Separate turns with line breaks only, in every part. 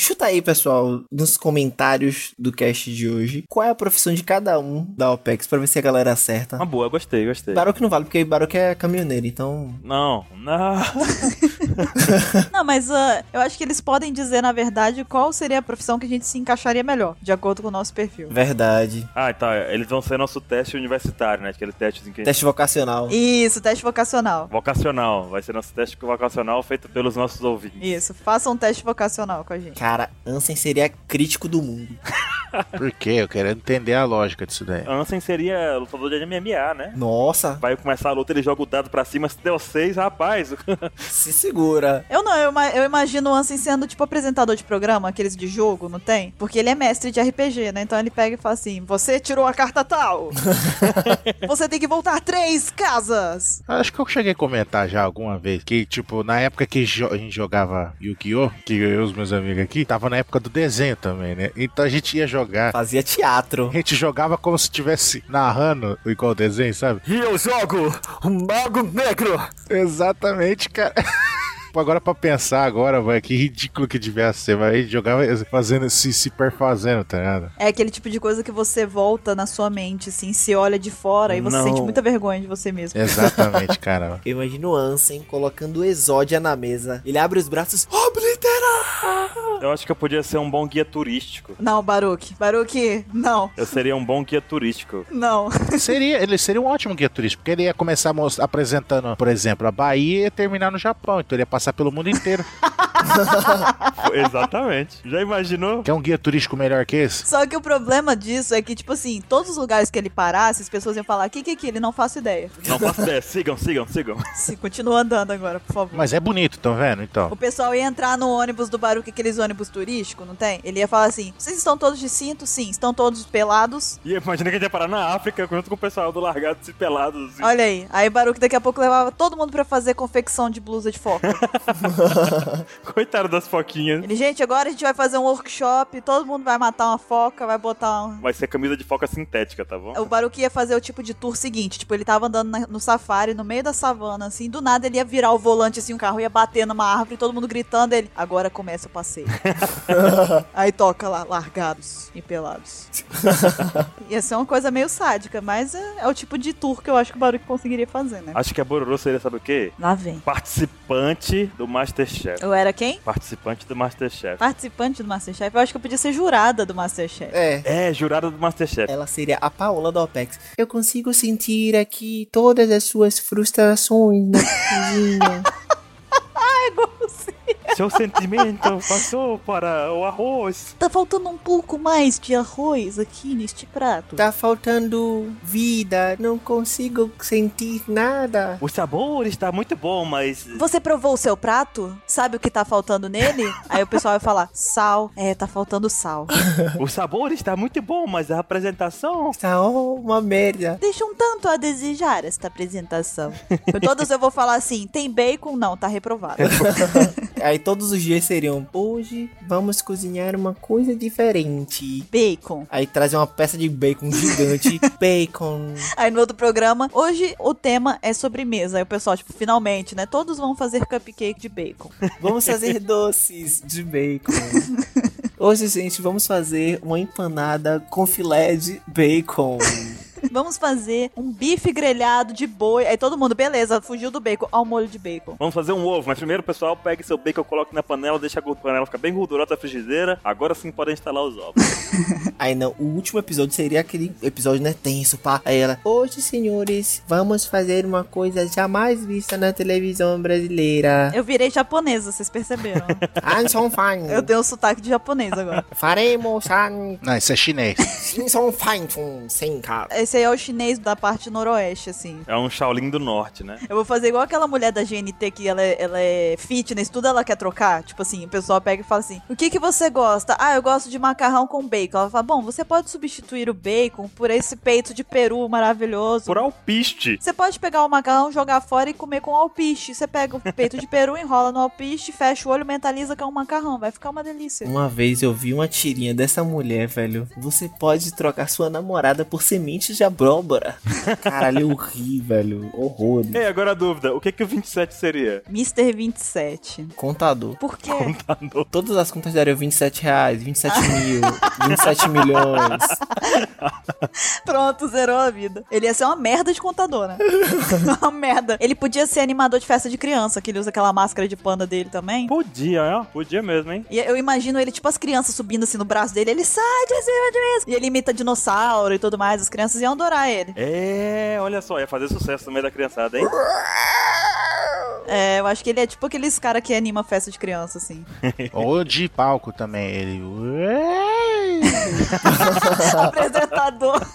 Chuta aí, pessoal, nos comentários do cast de hoje, qual é a profissão de cada um da OPEX, pra ver se a galera acerta.
Uma boa, gostei, gostei.
Baroque não vale, porque Baroque é caminhoneiro, então...
Não, não.
Não, mas ah, eu acho que eles podem dizer, na verdade, qual seria a profissão que a gente se encaixaria melhor, de acordo com o nosso perfil.
Verdade.
Ah, tá. Eles vão ser nosso teste universitário, né? Aquele teste em que a gente-
Teste vocacional.
Isso, teste vocacional.
Vocacional. Vai ser nosso teste vocacional feito pelos nossos ouvintes.
Isso, faça um teste vocacional com a gente.
Cara, Ansem seria crítico do mundo.
Por quê? Eu quero entender a lógica disso daí.
Ansem seria lutador de MMA, né?
Nossa,
Vai começar a luta, ele joga o dado pra cima, se deu seis, rapaz.
se segura.
Eu não, eu, ima- eu imagino o Ansem sendo tipo apresentador de programa, aqueles de jogo, não tem? Porque ele é mestre de RPG, né? Então ele pega e fala assim: Você tirou a carta tal! Você tem que voltar três casas!
Acho que eu cheguei a comentar já alguma vez que, tipo, na época que jo- a gente jogava Yu-Gi-Oh!, que eu e os meus amigos aqui, tava na época do desenho também, né? Então a gente ia jogar.
Fazia teatro.
A gente jogava como se estivesse narrando igual o desenho, sabe?
E eu jogo o Mago Negro.
Exatamente, cara. Agora pra pensar agora, vai, que ridículo que devia ser, vai. A gente jogava fazendo, se, se perfazendo, tá ligado?
É aquele tipo de coisa que você volta na sua mente, assim, se olha de fora e você
Não.
sente muita vergonha de você
É.
mesmo.
Exatamente, cara.
Eu imagino o Ansem colocando o Exódia na mesa. Ele abre os braços. Obliterar!
Eu acho que eu podia ser um bom guia turístico.
Não, Baruque. Baruque, não.
Eu seria um bom guia turístico.
Não.
Seria, ele seria um ótimo guia turístico, porque ele ia começar mos- apresentando, por exemplo, a Bahia e ia terminar no Japão. Então ele ia passar pelo mundo inteiro.
Exatamente. Já imaginou?
Quer um guia turístico melhor que esse?
Só que o problema disso é que, tipo assim, todos os lugares que ele parasse, as pessoas iam falar: Que que é que ele? Não faço ideia.
Não faço ideia. Sigam, sigam, sigam.
Se continua andando agora, por favor.
Mas é bonito, tão vendo? Então.
O pessoal ia entrar no ônibus do Baruque, aqueles ônibus turísticos, não tem? Ele ia falar assim: vocês estão todos de cinto? Sim, estão todos pelados.
E imagina que a gente ia parar na África junto com o pessoal do Largados e Pelados. assim.
Olha aí. Aí Baruque daqui a pouco levava todo mundo pra fazer confecção de blusa de foco.
Coitado das foquinhas.
Ele, gente, agora a gente vai fazer um workshop, todo mundo vai matar uma foca, vai botar um.
Vai ser camisa de foca sintética, tá bom?
É O Baruque ia fazer o tipo de tour seguinte, tipo, ele tava andando na- no safari, no meio da savana, assim, do nada ele ia virar o volante, assim, o carro ia bater numa árvore, todo mundo gritando, ele, agora começa o passeio. Aí toca lá, largados e pelados. ia ser uma coisa meio sádica, mas é, é o tipo de tour que eu acho que o Baruque conseguiria fazer, né?
Acho que a Bororô seria, sabe o quê?
Lá vem.
Participante do Masterchef.
Eu era quem?
Participante do Masterchef.
Participante do Masterchef, eu acho que eu podia ser jurada do Masterchef.
É.
É, jurada do Masterchef.
Ela seria a Paola da OPEX. Eu consigo sentir aqui todas as suas frustrações né? na cozinha.
Seu sentimento passou para o arroz.
Tá faltando um pouco mais de arroz aqui neste prato.
tá faltando vida, não consigo sentir nada.
O sabor está muito bom, mas.
Você provou o seu prato? Sabe o que tá faltando nele? Aí o pessoal vai falar: sal. É, tá faltando sal.
O sabor está muito bom, mas a apresentação.
Tá ó, uma merda.
Deixa um tanto a desejar esta apresentação. Com Todos eu vou falar assim: tem bacon? Não, tá reprovado.
Aí todos os dias seriam: hoje vamos cozinhar uma coisa diferente.
Bacon.
Aí trazem uma peça de bacon gigante. bacon.
Aí no outro programa, hoje o tema é sobremesa. Aí o pessoal, tipo, finalmente, né? Todos vão fazer cupcake de bacon.
Vamos fazer doces de bacon. Hoje, gente, vamos fazer uma empanada com filé de bacon.
Vamos fazer um bife grelhado de boi. Aí todo mundo, beleza, fugiu do bacon, ao molho de bacon.
Vamos fazer um ovo, mas primeiro, pessoal, pegue seu bacon, coloque na panela, deixa a gor- panela ficar bem gordurosa da frigideira. Agora sim podem instalar os ovos.
Aí não, o último episódio seria aquele episódio, né, tenso, pá. Aí ela, hoje, senhores, vamos fazer uma coisa jamais vista na televisão brasileira.
Eu virei japonesa, vocês perceberam? né?
Anson Fan.
Eu tenho um sotaque de japonês agora.
Faremos an
Não, isso é chinês.
Shinson Fan sem cara.
Esse aí é o chinês da parte noroeste, assim.
É um Shaolin do Norte, né?
Eu vou fazer igual aquela mulher da GNT que ela, é- ela é fitness, tudo ela quer trocar. Tipo assim, o pessoal pega e fala assim: o que, que você gosta? Ah, eu gosto de macarrão com bacon. Ela fala: bom, você pode substituir o bacon por esse peito de peru maravilhoso.
Por alpiste.
Você pode pegar o macarrão, jogar fora e comer com alpiche. Você pega o peito de peru, enrola no alpiche, fecha o olho, mentaliza que é um macarrão. Vai ficar uma delícia.
Uma vez eu vi uma tirinha dessa mulher, velho. Você pode trocar sua namorada por sementes de abóbora. Caralho, eu ri, velho. Horrores.
Ei, agora a dúvida. O que que o 27 seria?
Mr. 27.
Contador.
Por quê?
Todas as contas deram 27 reais, 27 mil, 27 milhões.
Pronto, zerou a vida. Ele ia ser uma merda de contador, né? uma merda. Ele podia ser animador de festa de criança, que ele usa aquela máscara de panda dele também.
Podia, ó. Podia mesmo, hein?
E eu imagino ele, tipo, as crianças subindo assim no braço dele, ele sai de cima de mim. E ele imita dinossauro e tudo mais, as crianças iam adorar ele.
É, olha só, ia fazer sucesso no meio da criançada, hein?
É, eu acho que ele é tipo aqueles cara que anima festa de criança, assim.
Ou de palco também, ele.
Apresentador.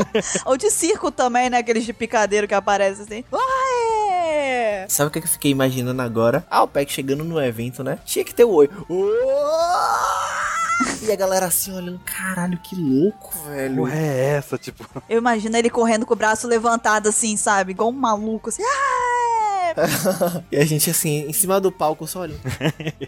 Ou de circo também, né? Aqueles de picadeiro que aparecem assim. Ué!
Sabe o que que eu fiquei imaginando agora? Ah, o Peck chegando no evento, né? Tinha que ter o oi. E a galera assim olhando, caralho, que louco, velho.
Ué, é essa, tipo.
Eu imagino ele correndo com o braço levantado, assim, sabe? Igual um maluco, assim. "Ué!"
e a gente assim, em cima do palco, só olhando.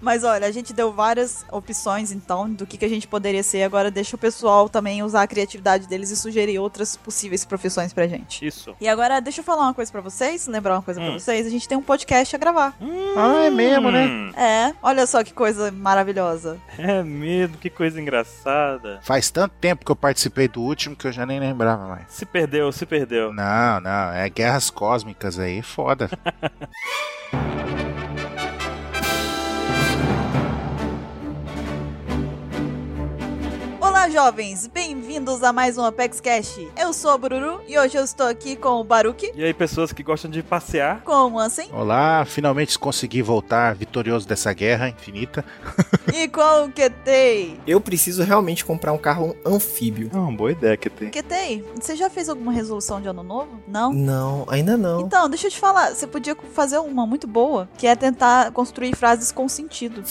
Mas olha, a gente deu várias opções, então, do que, que a gente poderia ser. Agora deixa o pessoal também usar a criatividade deles e sugerir outras possíveis profissões pra gente.
Isso.
E agora, deixa eu falar uma coisa pra vocês, lembrar uma coisa pra
Hum.
vocês. A gente tem um podcast a gravar.
Ah, é mesmo, né?
Hum,
É, olha só que coisa maravilhosa.
É mesmo, que coisa engraçada.
Faz tanto tempo que eu participei do último que eu já nem lembrava mais.
Se perdeu, se perdeu.
Não, não, é guerras cósmicas aí, foda.
Olá, jovens! Bem-vindos a mais um Apex Cash. Eu sou a Bururu e hoje eu estou aqui com o Baruki,
E aí, pessoas que gostam de passear.
com o Ansem
Olá, finalmente consegui voltar vitorioso dessa guerra infinita.
e com o Ketei.
Eu preciso realmente comprar um carro anfíbio.
Não, É boa ideia que tem.
Ketei, você já fez alguma resolução de ano novo? Não?
Não, ainda não.
Então, deixa eu te falar, você podia fazer uma muito boa, que é tentar construir frases com sentido.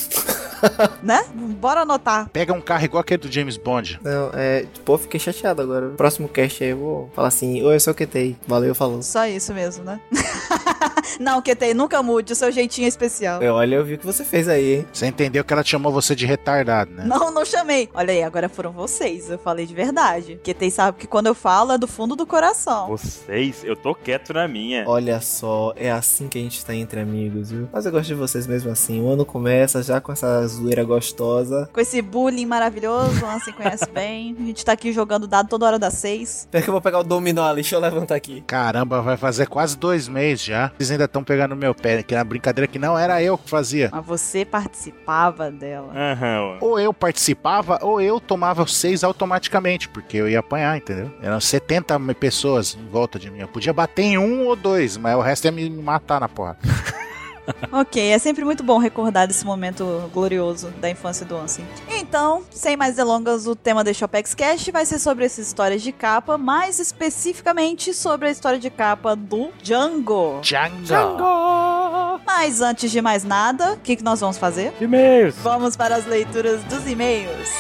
né? Bora anotar.
Pega um carro igual aquele do James Bond.
Não, é. Pô, fiquei chateado agora. Próximo cast aí eu vou falar assim: Oi, eu sou o Ketei. Valeu, falou.
Só isso mesmo, né? Não, Ketei, nunca mude, o seu jeitinho é especial.
É, Olha, eu vi o que você fez aí, hein?
Você entendeu que ela chamou você de retardado, né?
Não, não chamei. Olha aí, agora foram vocês. Eu falei de verdade. Porque tem sabe que quando eu falo é do fundo do coração.
Vocês, eu tô quieto na minha.
Olha só, é assim que a gente tá entre amigos, viu? Mas eu gosto de vocês mesmo assim. O ano começa já com essa zoeira gostosa.
Com esse bullying maravilhoso, o Ansem conhece bem. A gente tá aqui jogando dado toda hora das seis.
Pera que eu vou pegar o dominó ali, deixa eu levantar aqui.
Caramba, vai fazer quase dois meses já. Vocês ainda estão pegando meu pé, que na brincadeira que não era eu que fazia.
Mas você participava dela.
Aham,
Ou eu participava, ou eu tomava seis automaticamente, porque eu ia apanhar, entendeu? Eram 70 pessoas em volta de mim. Eu podia bater em um ou dois, mas o resto ia me matar na porra.
ok, é sempre muito bom recordar desse momento glorioso da infância do Ansem. Então, sem mais delongas, o tema deste Opex Cash vai ser sobre essas histórias de capa, mais especificamente sobre a história de capa do Django.
Django!
Mas antes de mais nada, o que, que nós vamos fazer?
E-mails.
Vamos para as leituras dos e-mails.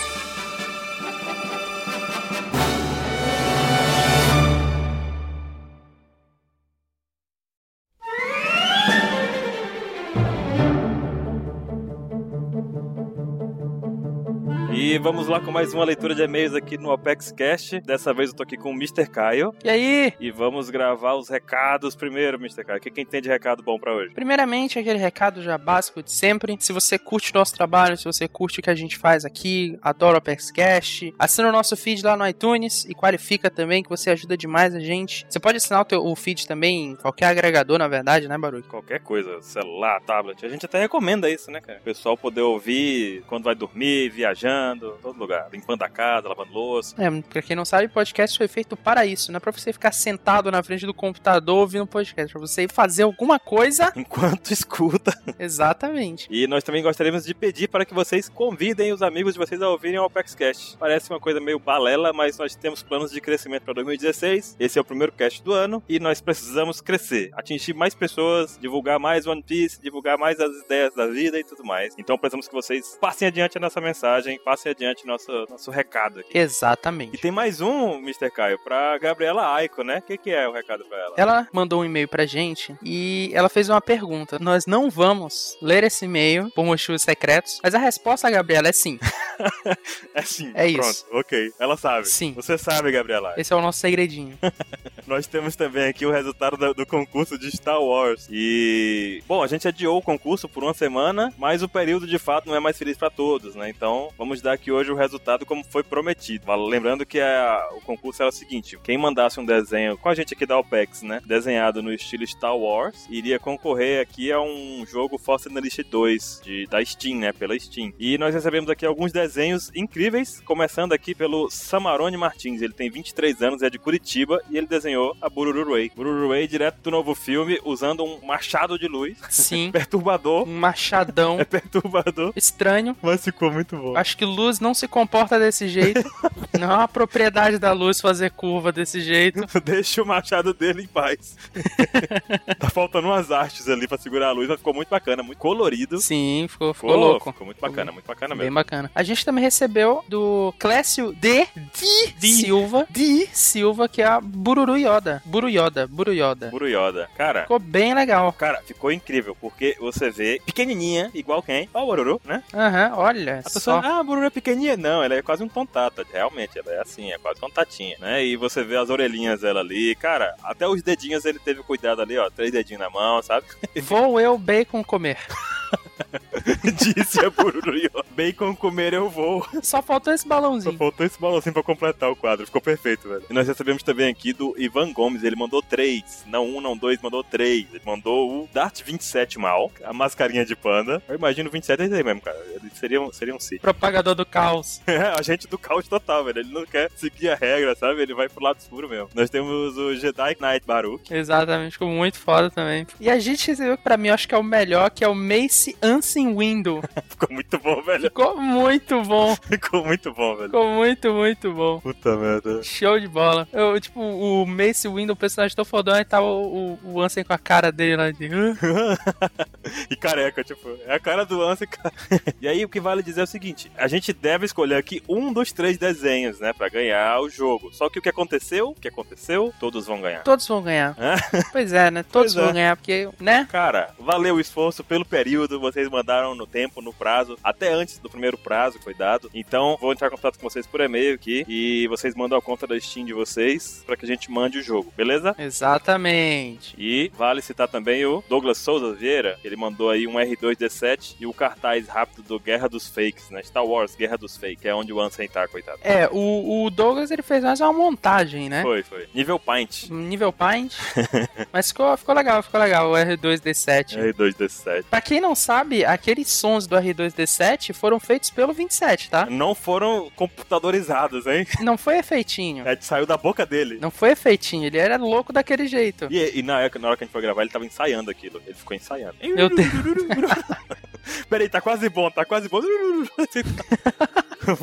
E vamos lá com mais uma leitura de e-mails aqui no Apex Cast. Dessa vez eu tô aqui com o Mr. Caio.
E aí,
E vamos gravar os recados primeiro, Mr. Caio. O que, quem tem de recado bom pra hoje?
primeiramente, aquele recado já básico de sempre. Se você curte o nosso trabalho, se você curte o que a gente faz aqui, adora o Apex Cash, assina o nosso feed lá no iTunes e qualifica também, que você ajuda demais a gente. Você pode assinar o, teu, o feed também em qualquer agregador, na verdade, né, Baruch?
Qualquer coisa, celular, tablet. A gente até recomenda isso, né, cara? O pessoal poder ouvir quando vai dormir, viajando, todo lugar. Limpando a casa, lavando louça.
É, pra quem não sabe, podcast foi feito para isso. Não é pra você ficar sentado na frente do computador ouvindo podcast, é pra você ir fazer alguma coisa.
Enquanto escuta.
Exatamente.
E nós também gostaríamos de pedir para que vocês convidem os amigos de vocês a ouvirem o Apex Cast. Parece uma coisa meio balela, mas nós temos planos de crescimento para 2016. Esse é o primeiro cast do ano e nós precisamos crescer, atingir mais pessoas, divulgar mais One Piece, divulgar mais as ideias da vida e tudo mais. Então precisamos que vocês passem adiante a nossa mensagem, passem adiante nosso nosso recado aqui. E
Exatamente.
tem mais um, Mr. Caio, pra Gabriela Aiko, né? O que, que é o recado pra ela?
Ela mandou um e-mail pra gente e ela fez uma pergunta. Nós não vamos ler esse e-mail por motivos secretos, mas a resposta, Gabriela, é sim.
É sim.
É
Pronto,
isso.
ok. Ela sabe.
Sim.
Você sabe, Gabriela.
Esse é o nosso segredinho.
Nós temos também aqui o resultado da- do, concurso de Star Wars. E, bom, a gente adiou o concurso por uma semana, mas o período de fato não é mais feliz pra todos, né? Então, vamos dar aqui hoje o resultado como foi prometido. Vale- Lembrando que a- o concurso era o seguinte: quem mandasse um desenho com a gente aqui da OPEX, né? Desenhado no estilo Star Wars, iria concorrer aqui a um jogo Force Analyst 2 de, da Steam, né? Pela Steam. E nós recebemos aqui alguns desenhos incríveis, começando aqui pelo Samarone Martins. Ele tem 23 anos, é de Curitiba e ele desenhou a Bururu Ray. Bururu Ray direto do novo filme, usando um machado de luz.
Sim.
Perturbador.
Um machadão
É perturbador,
estranho.
mas ficou muito bom.
Acho que luz não se comporta desse jeito. Não é uma propriedade da luz fazer curva desse jeito.
Deixa o machado dele em paz. tá faltando umas artes ali pra segurar a luz, mas ficou muito bacana, muito colorido.
Sim, ficou, ficou louco.
Ficou muito bacana, muito bacana
Bem
mesmo.
bacana. A gente também recebeu do Clécio D. D. Silva. D. Silva, que é a Bururu Yoda. Buru Yoda, Buru Yoda.
Buru Yoda. Cara,
Ficou bem legal.
Cara, ficou incrível, porque você vê pequenininha, igual quem? Ó o Oruru, né?
Aham, olha
A pessoa,
só.
ah, a Oruru é pequenininha. Não, ela é quase um tontata. Realmente, ela é assim, é quase tontatinha, né? E você vê as orelhinhas dela ali. Cara, até os dedinhos ele teve cuidado ali, ó. Três dedinhos na mão, sabe?
Vou eu bacon comer.
Disse a Bururu Yoda. Bacon comer eu vou.
Só faltou esse
Só
balãozinho.
faltou esse balãozinho pra completar o quadro. Ficou perfeito, velho. E nós recebemos também aqui do Ivan Gomes. Ele mandou três. Não um, não dois, mandou três. Ele mandou o Dart 27 mal, a mascarinha de panda. Eu imagino o 27 é esse aí mesmo, cara. Ele seria um, seria um si.
Propagador do caos.
É, a gente do caos total, velho. Ele não quer seguir a regra, sabe? Ele vai pro lado escuro mesmo. Nós temos o Jedi Knight Baruch.
Exatamente, ficou muito foda também. E a gente recebeu, que pra mim, eu acho que é o melhor, que é o Mace Ansem Window.
Ficou muito bom, velho.
Ficou muito bom.
Ficou muito bom, velho.
Ficou muito, muito bom.
Puta merda.
Show de bola. Eu, tipo, o Mace Window, o personagem tão fodão, e tá o, o, o Ansem com a cara dele lá de. "Hã?"
e careca, tipo, é a cara do Anse, cara. e aí o que vale dizer é o seguinte: a gente deve escolher aqui um dos três desenhos, né, Pra ganhar o jogo. Só que o que aconteceu, o que aconteceu, todos vão ganhar.
Todos vão ganhar.
Hã?
Pois é, né? Todos
Pois é.
vão ganhar, porque, né?
Cara, valeu o esforço pelo período, vocês mandaram no tempo, no prazo, até antes do primeiro prazo, foi dado. Então, vou entrar em contato com vocês por e-mail aqui e vocês mandam a conta da Steam de vocês pra que a gente mande o jogo, beleza?
Exatamente.
E vale citar também o Douglas Souza Vieira, ele mandou aí um R2D7 e o cartaz rápido do Guerra dos Fakes, né? Star Wars Guerra dos Fakes, que é onde o Ansem tá, coitado.
É, o, o Douglas ele fez mais uma montagem, né?
Foi, foi. Nível Pint.
Nível Pint. Mas ficou, ficou legal, ficou legal o
É.
R2D7.
R2D7.
Pra quem não sabe, aqueles sons do R2D7 foram feitos pelo 27, tá?
Não foram computadorizados, hein?
Não foi efeitinho.
É, saiu da boca dele.
Não foi efeitinho, ele era louco daquele jeito.
E, e na, época- na hora que a gente foi gravar, ele tava ensaiando aquilo. Ele ficou ensaiando.
Meu Deus.
Peraí, tá quase bom, tá quase bom.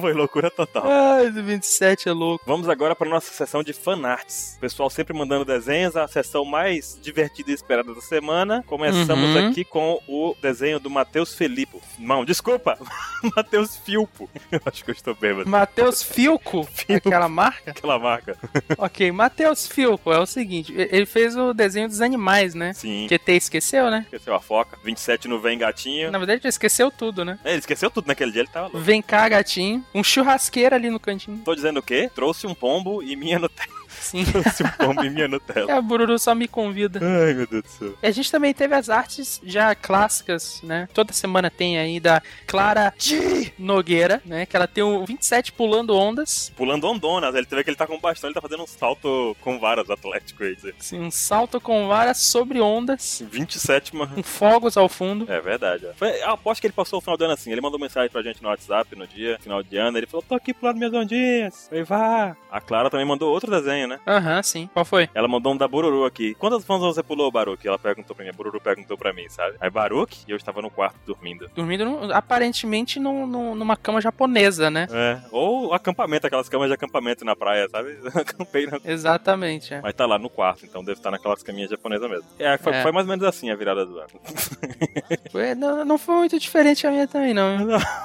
Foi loucura total.
Ai, o 27 é louco.
Vamos agora para nossa sessão de fanarts. O pessoal sempre mandando desenhos, a sessão mais divertida e esperada da semana. Começamos
Uhum.
aqui com o desenho do Matheus Felipe. Não, desculpa! Matheus Filpo. Eu acho que eu estou bêbado.
Matheus Filco, aquela marca?
Aquela marca.
Ok, Matheus Filco é o seguinte: e- ele fez o desenho dos animais, né?
Sim.
QT esqueceu, né?
Esqueceu a foca. 27 no Vem Gatinho.
Na verdade, ele esqueceu tudo, né?
É, Ele esqueceu tudo naquele dia, ele tava louco.
Vem cá, gatinho. Um churrasqueiro ali no cantinho.
Tô dizendo o quê? Trouxe um pombo e minha Nutella.
Sim.
Trouxe um pombo e minha Nutella.
É, o Bururu só me convida.
Ai, meu Deus do céu.
E A gente também teve as artes já clássicas, né? Toda semana tem aí da Clara G. Nogueira, né? Que ela tem o 27 pulando ondas.
Pulando ondonas, ele teve que ele tá com bastão, ele tá fazendo um salto com varas atlético aí. dizer.
Assim, um salto com vara sobre ondas.
27 mano.
Com fogos ao fundo.
É verdade. ó. Foi, eu aposto que ele passou o final de ano assim. Ele mandou mensagem pra gente no WhatsApp no dia, final de ano. Ele falou: tô aqui pro lado minhas ondinhas. Foi vá. A Clara também mandou outro desenho, né?
Aham, sim. Qual foi?
Ela mandou um da Bururu aqui. Quantas fãs você pulou, Baruque? Ela perguntou pra mim. A Bururu perguntou pra mim, sabe? Aí Baruque, e eu estava no quarto dormindo.
Dormindo num- aparentemente num- num- numa cama japonesa, né?
É. Ou acampamento, aquelas camas de acampamento na praia, sabe? Acampei na.
Exatamente, é.
Mas tá lá no quarto, então deve estar naquelas caminhas japonesas mesmo. É, foi,
É.
foi mais ou menos assim a virada do ano.
Foi- não, não foi muito diferente a minha também, não.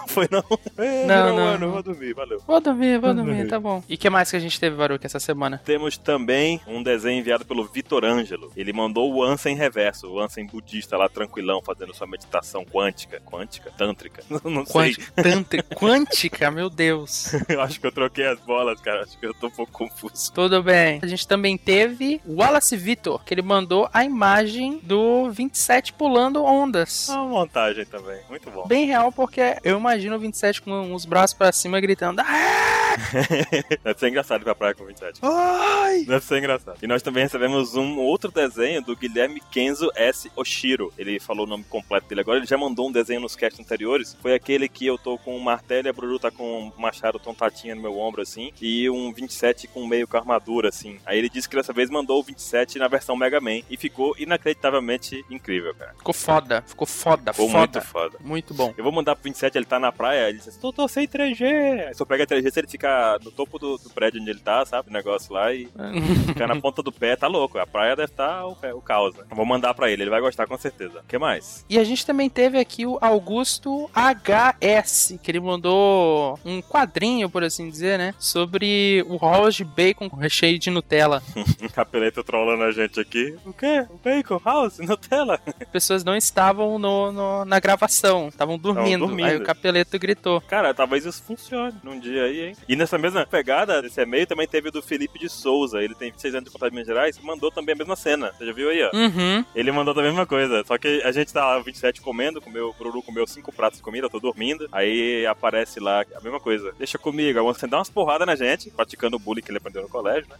Foi não? É,
Não,
virou o
não,
ano,
não.
vou dormir, valeu.
Vou dormir, vou dormir, tá bom. E o que mais que a gente teve, Baruque, essa semana?
temos também um desenho enviado pelo Vitor Ângelo. Ele mandou o Ansem reverso, o Ansem budista lá tranquilão, fazendo sua meditação quântica. Quântica? Tântrica? Não sei.
Quântica, tanta, quântica, meu Deus.
Eu acho que eu troquei as bolas, cara. Acho que eu tô um pouco confuso.
Tudo bem. A gente também teve o Wallace Vitor, que ele mandou a imagem do 27 pulando ondas.
É uma montagem também. Muito bom.
Bem real, porque eu imagino o 27 com os braços pra cima gritando. "Ah!"
Deve ser engraçado ir pra praia com 27.
Ai!
Deve ser engraçado. E nós também recebemos um outro desenho do Guilherme Kenzo S. Oshiro. Ele falou o nome completo dele agora. Ele já mandou um desenho nos casts anteriores. Foi aquele que eu tô com um martelo e a Bruru tá com um machado tontatinha no meu ombro, assim. E um 27 com meio com armadura, assim. Aí ele disse que dessa vez mandou o 27 na versão Mega Man. E ficou inacreditavelmente incrível, cara.
Ficou foda, ficou foda,
Ficou
foda.
muito foda.
Muito bom.
Eu vou mandar pro 27, ele tá na praia, ele diz assim, tô, tô sem 3G. Aí só pega 3G se ele ficar no topo do, do prédio onde ele tá, sabe? O negócio lá e ficar na ponta do pé, tá louco. A praia deve tá o, pé- o caos, né? Eu Vou mandar pra ele, ele vai gostar com certeza. O que mais?
E a gente também teve aqui o Augusto HS, que ele mandou um quadrinho, por assim dizer, né? Sobre o Halls de Bacon com recheio de Nutella.
Um Capeleto trolando a gente aqui. O quê? O Bacon House? Nutella?
As pessoas não estavam no, no- na gravação, estavam dormindo.
dormindo.
Aí o Capeleto gritou.
Cara, talvez isso funcione num dia aí, hein? E nessa mesma pegada, desse e-mail, também teve o do Felipe de Souza. Ele tem 26 anos de contagem de Minas Gerais e mandou também a mesma cena. Você já viu aí, ó?
Uhum. Ele
Ele mandou a mesma coisa, só que a gente tá lá, 27 comendo, comeu, o Bruru comeu cinco pratos de comida, eu tô dormindo. Aí aparece lá a mesma coisa. Deixa comigo, aí você dá umas porradas na gente, praticando o bullying que ele aprendeu no colégio, né?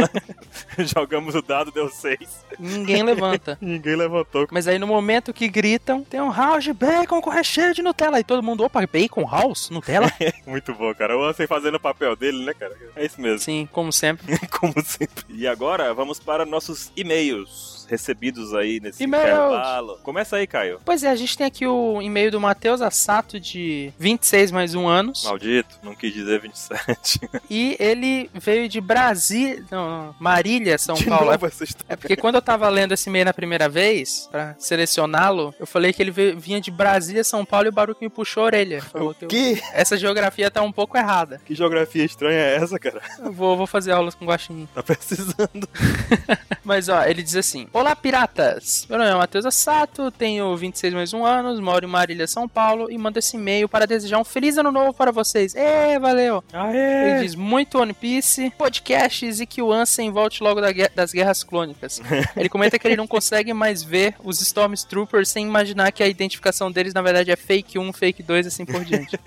Aquela- Jogamos o dado, deu seis.
Ninguém levanta.
Ninguém levantou.
Mas aí no momento que gritam, tem um House de Bacon com recheio de Nutella. E todo mundo, opa, Bacon House? Nutella?
Muito bom, cara. O Ansem fazendo o papel dele, né, cara? É isso mesmo.
Sim, como sempre.
Como sempre. E agora, vamos para nossos e-mails recebidos aí nesse
E-mails.
intervalo. Começa aí, Caio.
Pois é, a gente tem aqui o e-mail do Matheus Assato, de 26 mais um anos.
Maldito, não quis dizer 27.
E ele veio de Brasília. Não, não, Marília, São
De
Paulo.
novo essa história.
É porque quando eu tava lendo esse e-mail na primeira vez, pra selecioná-lo, eu falei que ele veio- vinha de Brasília, São Paulo e o Baruque me puxou a orelha. Falou, "Teu-
Que,
Essa geografia tá um pouco errada.
que geografia estranha é essa, cara?
Eu vou, vou fazer aulas com o Guaxinim.
Tá precisando.
Mas ó, ele diz assim: Olá, piratas! Meu nome é Matheus Assato, tenho 26 mais um anos, moro em Marília, São Paulo, e mando esse e-mail para desejar um feliz ano novo para vocês. Ê, valeu! Ele
Aê!
diz muito One Piece, podcasts e que o Ansem volte logo da guer- das guerras clônicas. ele comenta que ele não consegue mais ver os Stormtroopers sem imaginar que a identificação deles na verdade é fake 1, fake 2 e assim por diante.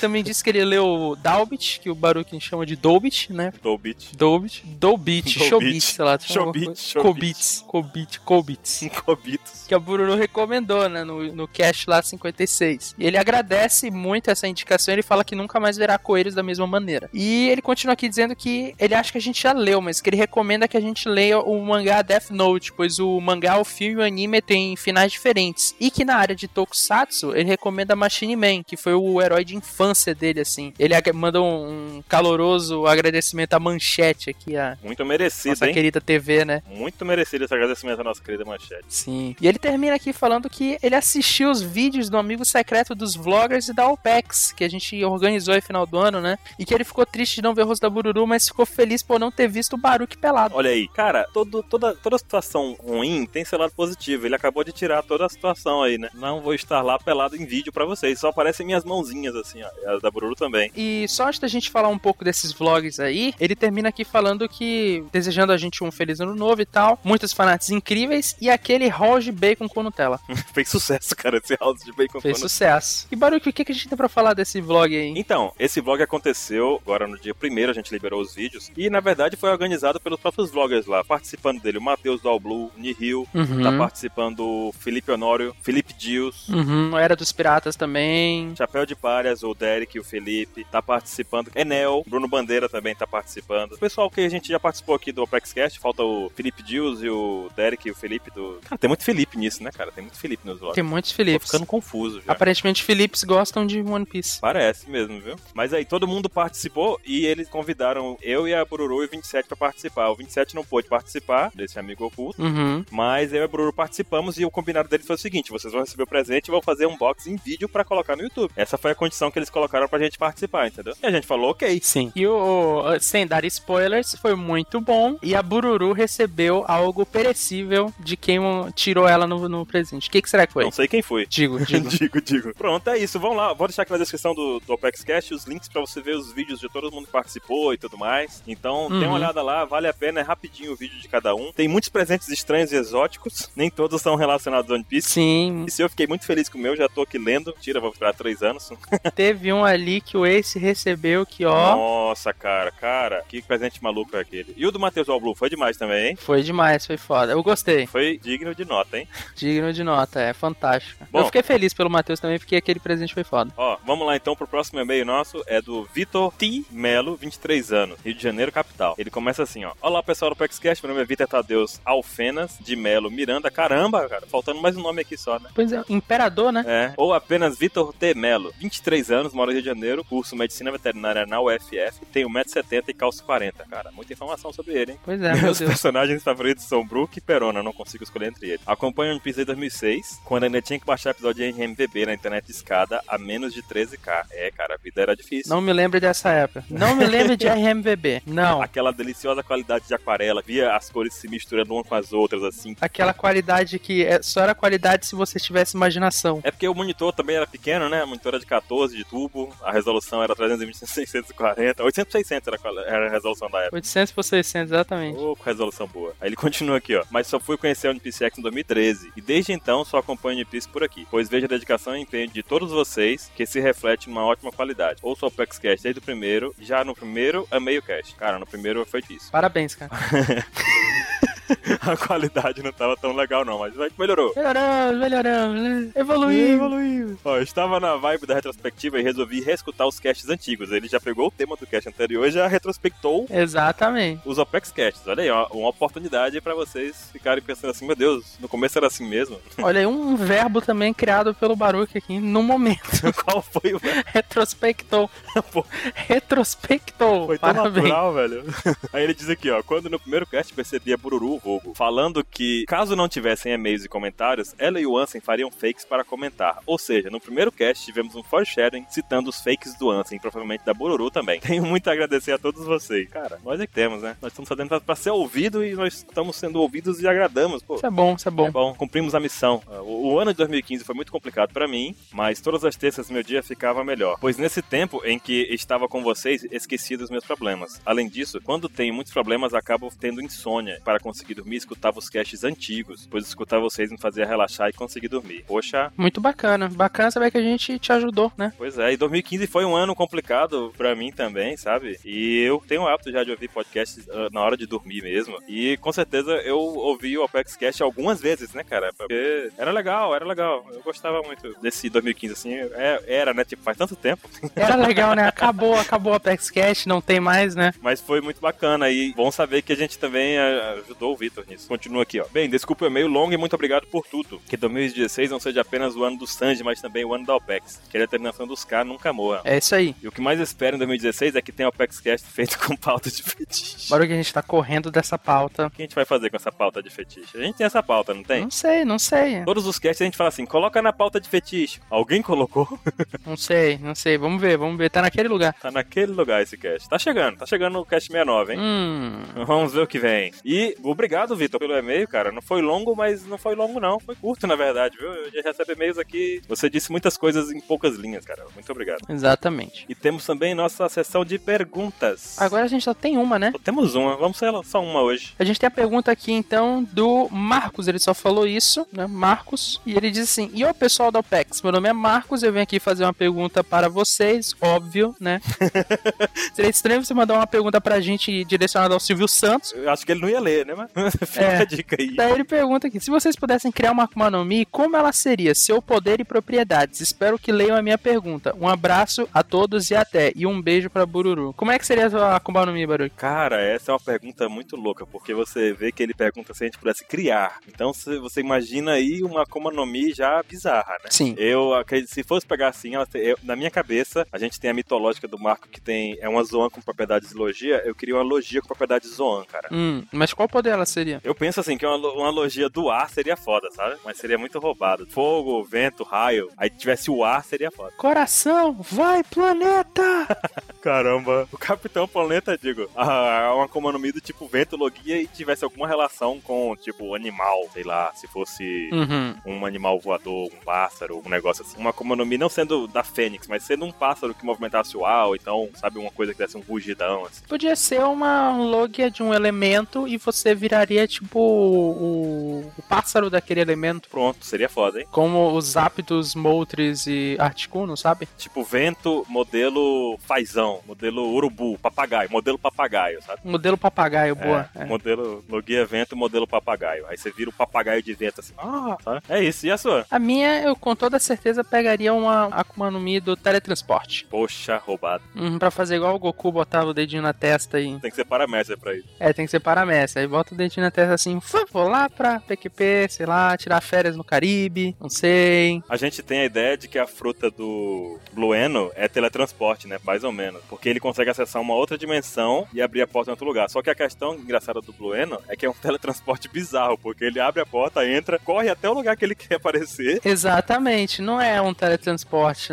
Também diz que ele leu o Dalbit, que o Baruch chama de Dolbit, né?
Dobit.
Dobit, Dolbit,
Dolbit.
Showbit, sei lá.
Showbit, Showbit.
Kobits, Kobits, Kobits.
Cobitos.
Que a Bururu recomendou, né? No, no cast lá 56. E ele agradece muito essa indicação. Ele fala que nunca mais verá coelhos da mesma maneira. E ele continua aqui dizendo que ele acha que a gente já leu, mas que ele recomenda que a gente leia o mangá Death Note, pois o mangá, o filme e o anime têm finais diferentes. E que na área de Tokusatsu, ele recomenda Machine Man, que foi o herói de infância dele, assim. Ele ag- manda um caloroso agradecimento à Manchete aqui, a
Muito merecido,
nossa
hein?
querida TV, né?
Muito merecido esse agradecimento à nossa querida manchete.
Sim. E ele termina aqui falando que ele assistiu os vídeos do amigo secreto dos vloggers e da OPEX, que a gente organizou aí final do ano, né? E que ele ficou triste de não ver o rosto da Bururu, mas ficou feliz por não ter visto o Baruque pelado.
Olha aí, cara, todo, toda, toda situação ruim tem seu lado positivo. Ele acabou de tirar toda a situação aí, né? Não vou estar lá pelado em vídeo pra vocês. Só aparecem minhas mãozinhas assim, ó. E As da Bururu também.
E só antes da gente falar um pouco desses vlogs aí, ele termina aqui falando que desejando a gente um feliz ano novo e tal, muitos fanarts incríveis e aquele Roger Bacon com Nutella.
Fez sucesso, cara, esse house de bacon
Fez
quando-
sucesso. E Baruque, o que que a gente tem pra falar desse vlog aí?
Então, esse vlog aconteceu agora no dia primeiro, a gente liberou os vídeos. E na verdade foi organizado pelos próprios vloggers lá, participando dele. O Matheus do All Blue, Nihil,
Uhum.
tá participando o Felipe Honório, Felipe Dios.
Uhum, Era dos Piratas também.
Chapéu de Palhas, o Derek, o Felipe, tá participando. Enel, Bruno Bandeira também tá participando. O pessoal que a gente já participou aqui do Opexcast, falta o Felipe Dias e o Derek e o Felipe do. Cara, tem muito Felipe nisso, né, cara? Tem muito Felipe nos vlogs.
Tem muitos
Tô
Philips.
ficando confuso já.
Aparentemente, Philips gostam de One Piece.
Parece mesmo, viu? Mas aí todo mundo participou e eles convidaram eu e a Bururu e o 27 pra participar. O 27 não pôde participar desse amigo oculto.
Uhum.
Mas eu e a Bruro participamos e o combinado deles foi o seguinte: vocês vão receber o presente e vão fazer um box em vídeo pra colocar no YouTube. Essa foi a condição que eles colocaram pra gente participar, entendeu? E a gente falou, ok.
Sim. E o, o- sem dar spoilers, foi muito bom. E a Bururu recebeu algo perecível de quem o- tirou ela no, no presente. O que, que será que foi?
Não sei quem foi.
Digo, digo.
digo, digo. Pronto, é isso. Vão lá. Vou deixar aqui na descrição do, do Opex Cash os links pra você ver os vídeos de todo mundo que participou e tudo mais. Então, dê
Uhum.
uma olhada lá. Vale a pena. É rapidinho o vídeo de cada um. Tem muitos presentes estranhos e exóticos. Nem todos são relacionados ao One Piece.
Sim,
E se eu fiquei muito feliz com o meu, já tô aqui lendo. Tira, vou esperar três anos.
teve um ali que o Ace recebeu que, ó,
Nossa, cara, cara, que presente maluco é aquele. E o do Matheus Alblue foi demais também, hein?
foi demais, foi foda. Eu gostei.
Foi digno de nota, hein?
Digno de nota, é fantástico.
Bom.
Eu fiquei feliz pelo Matheus também, porque aquele presente foi foda.
Ó, vamos lá então pro próximo e-mail nosso, é do Vitor T. Melo, 23 anos, Rio de Janeiro, capital. Ele começa assim, ó. Olá, pessoal do PexCast, meu nome é Vitor Tadeus Alfenas de Melo Miranda. Caramba, cara, faltando mais um nome aqui só, né?
Pois é, imperador, né?
É, ou apenas Vitor T. Melo, 23 anos, mora no Rio de Janeiro, curso Medicina Veterinária na UFF, tem 1,70m e calço 40, cara. Muita informação sobre ele, hein?
Pois é, meu
Meus
Deus.
personagens favoritos são Brook e Perona, não consigo escolher entre eles. Acompanho One Piece desde 2006, quando ainda tinha que baixar episódio em MVB na internet de escada a menos de 13k. É, cara, a vida era difícil.
Não me lembro dessa época. Não me lembro de RMVB. Não.
Aquela deliciosa qualidade de aquarela, via as cores se misturando uma com as outras, assim.
Aquela qualidade que é- só era qualidade se você tivesse imaginação.
É porque o monitor também era pequeno, né? O monitor era de 14 de tubo, a resolução era 320 640, 800 600 era a qual- era a resolução da época.
800 por 600, exatamente.
Ô, com resolução boa. Aí ele continua aqui, ó. Mas só fui conhecer a Unipiece X em 2013. E desde então só acompanho a Unipiece por aqui. Pois vejo a dedicação e empenho de todos vocês que se reflete numa ótima qualidade. Ouço o PexCast desde o primeiro. Já no primeiro, amei o cast. Cara, no primeiro foi difícil.
Parabéns, cara.
a qualidade não tava tão legal, não, mas vai que melhorou.
Melhoramos, melhoramos. né? Evoluiu, evoluiu.
Ó, eu estava na vibe da retrospectiva e resolvi reescutar os casts antigos. Ele já pegou o tema do cast anterior e já retrospectou
Exatamente.
os Opex Casts. Olha aí, ó, uma oportunidade pra vocês ficarem pensando assim, meu Deus, no começo era assim mesmo.
Olha aí, um verbo também criado pelo Baruch aqui no momento.
Qual foi o
Retrospectou.
Pô.
Retrospectou.
Foi tão
Parabéns.
natural, velho. Aí ele diz aqui, ó. Quando no primeiro cast percebi a Bururu, o Rogo, falando que caso não tivessem e-mails e comentários, ela e o Ansem fariam fakes para comentar. Ou seja, no primeiro cast tivemos um foreshadowing citando os fakes do Ansem, provavelmente da Bururu também. Tenho muito a agradecer a todos vocês. Cara, nós é que temos, né? Nós estamos fazendo pra- pra ser ouvido e nós estamos sendo ouvidos e agradamos, pô.
Isso é bom, isso é bom.
É bom, cumprimos a missão. Ah, O, o ano de 2015 foi muito complicado pra mim, mas todas as terças meu dia ficava melhor. Pois nesse tempo em que estava com vocês, esqueci dos meus problemas. Além disso, quando tenho muitos problemas, acabo tendo insônia. Para conseguir dormir, escutava os casts antigos, pois escutar vocês me fazia relaxar e conseguir dormir. Poxa,
Muito bacana. Bacana saber que a gente te ajudou, né?
pois é, e 2015 foi um ano complicado pra mim também, sabe? E eu tenho o hábito já de ouvir podcasts ah, na hora de dormir mesmo. E com certeza eu ouvi o Apex Cash algumas vezes, né, cara? Porque era legal, era legal. Eu gostava muito desse 2015, assim. É- era, né? Tipo, faz tanto tempo.
Era legal, né? Acabou, acabou a Apex Cash, não tem mais, né?
Mas foi muito bacana e bom saber que a gente também ah, ajudou o Vitor nisso. Continua aqui, ó. Bem, desculpa o e-mail longo e muito obrigado por tudo. Que 2016 não seja apenas o ano do Sanji, mas também o ano da OPEX. Que a determinação dos K nunca morra.
É isso aí.
E o que mais espero em 2016 é que tenha o PEXCast feito com pauta de fetiche.
Barulho que a gente tá correndo dessa pauta.
O que a gente vai fazer com essa pauta de fetiche? A gente tem essa pauta, não tem?
Não sei, não sei.
Todos os casts a gente fala assim, coloca na pauta de fetiche. Alguém colocou?
Não sei, não sei. Vamos ver, vamos ver. Tá naquele lugar.
tá naquele lugar esse cast. Tá chegando, tá chegando o cast 69, hein?
Hum.
Vamos ver o que vem. E obrigado, Vitor, pelo e-mail, cara. Não foi longo, mas não foi longo, não. Foi curto, na verdade, viu? Eu já recebo e-mails aqui. Você disse muitas coisas em poucas linhas, cara. Muito obrigado.
Exatamente.
E temos também nossa sessão de perguntas.
Agora a gente só tem uma, né?
Só temos uma. Vamos ser só uma hoje.
A gente tem a pergunta aqui então do Marcos, ele só falou isso, né? Marcos, e ele diz assim: E o pessoal da OPEX, meu nome é Marcos, eu venho aqui fazer uma pergunta para vocês, óbvio, né? Seria estranho você mandar uma pergunta pra gente direcionada ao Silvio Santos.
Eu acho que ele não ia ler, né? Mas... Fica
É.
a dica aí.
Daí ele pergunta aqui: se vocês pudessem criar uma Akuma no Mi, como ela seria? Seu poder e propriedades. Espero que leiam a minha pergunta. Um abraço a todos e até. E um beijo pra Bururu. Como é que seria a sua Akuma no Mi, Baruch?
Cara, essa é uma pergunta muito louca, porque você vê que ele pergunta se a gente pudesse criar. Então se- você imagina aí uma Akuma no Mi já bizarra, né?
Sim.
Eu acredito, se fosse pegar assim, ela tem- eu- na minha cabeça, a gente tem a mitológica do Marco que tem é uma zoan com propriedades de logia. Eu queria uma logia com propriedades zoan, cara.
Hum, mas qual poder ela seria?
Eu penso assim, que uma, lo- uma logia do ar seria foda, sabe? Mas seria muito roubado. Fogo, vento, raio. Aí tivesse o ar, seria foda.
Coração, vai, planeta!
Caramba. O Capitão Planeta, digo, ah, uma Akuma no Mi do tipo vento, logia e tivesse alguma relação com, tipo, animal. Sei lá, se fosse
Uhum.
um animal voador, um pássaro, um negócio assim. Uma Akuma no Mi não sendo da Fênix, mas sendo um pássaro que movimentasse o ar, ou então, sabe, uma coisa que desse um rugidão, assim.
Podia ser uma logia de um elemento e você viraria tipo o, o pássaro daquele elemento.
Pronto, seria foda, hein?
Como os Zapdos, Moltres e Articuno, sabe?
Tipo, vento, modelo fazão, modelo urubu, papagaio, modelo papagaio, sabe?
Um Modelo papagaio, boa.
É,
É.
Modelo Logia Vento, modelo papagaio. Aí você vira o papagaio de vento assim.
Ah,
sabe? É isso. E a sua?
A minha, eu com toda certeza pegaria uma Akuma no Mi do teletransporte.
Poxa, roubado.
Uhum, pra fazer igual o Goku, botava o dedinho na testa e...
Tem que ser paramécia pra isso.
É, tem que ser paramestre. Aí bota o dedinho na testa assim, "Fã, vou lá pra PQP, sei lá, tirar férias no Caribe, não sei.
A gente tem a ideia de que a fruta do Blueno é teletransporte, né? Mais ou menos. Porque ele consegue acessar uma outra dimensão e abrir a porta em outro lugar. Só que a questão engraçada do Blueno é que é um teletransporte bizarro, porque ele abre a porta, entra, corre até o lugar que ele quer aparecer.
Exatamente, não é um teletransporte,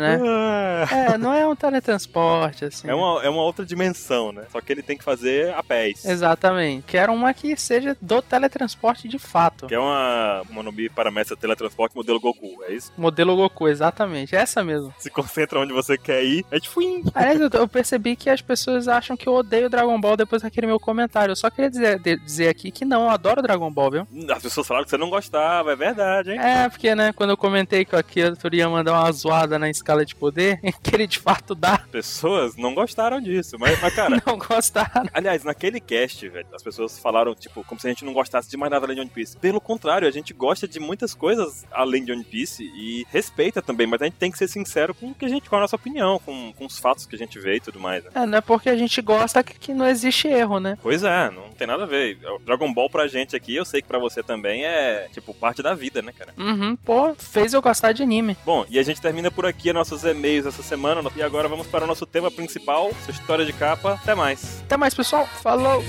né?
Ah.
É, não é um teletransporte, assim.
É uma, é uma outra dimensão, né? Só que ele tem que fazer a pés.
Exatamente. Quero uma que seja do teletransporte de fato.
Que é uma, uma Nomi Paramécia Teletransporte modelo Goku, é isso?
Modelo Goku, exatamente. Essa mesmo.
Se concentra onde você quer ir, é tipo "Fuim".
Aliás, eu, eu percebi que as pessoas acham que eu odeio Dragon Ball depois daquele meu comentário. Eu só queria dizer, de- dizer aqui que não, eu adoro Dragon Ball, viu?
As pessoas falaram que você não gostava, é verdade, hein?
É, porque, né, quando eu comentei que o Akira ia mandar uma zoada na escala de poder, que ele de fato dá,
Pessoas não gostaram disso, mas, mas cara.
não gostaram.
Aliás, naquele cast, velho, as pessoas falaram, tipo, como se a gente não gostasse de mais nada além de One Piece. Pelo contrário, a gente gosta de muitas coisas além de One Piece e respeita também, mas a gente tem que ser sincero com o que a gente, com a nossa opinião, com, com os fatos que a gente vê e tudo mais, né?
É, não é porque a gente gosta que, que não existe erro, né?
Pois é, não tem nada a ver. O Dragon Ball pra gente aqui, eu sei que pra você também é, tipo, parte da vida, né, cara?
Uhum, pô, fez eu gostar de anime.
Bom, e a gente termina por aqui nossos e-mails essa semana. E agora vamos para o nosso tema principal, sua história de capa. Até mais.
Até mais, pessoal. Falou!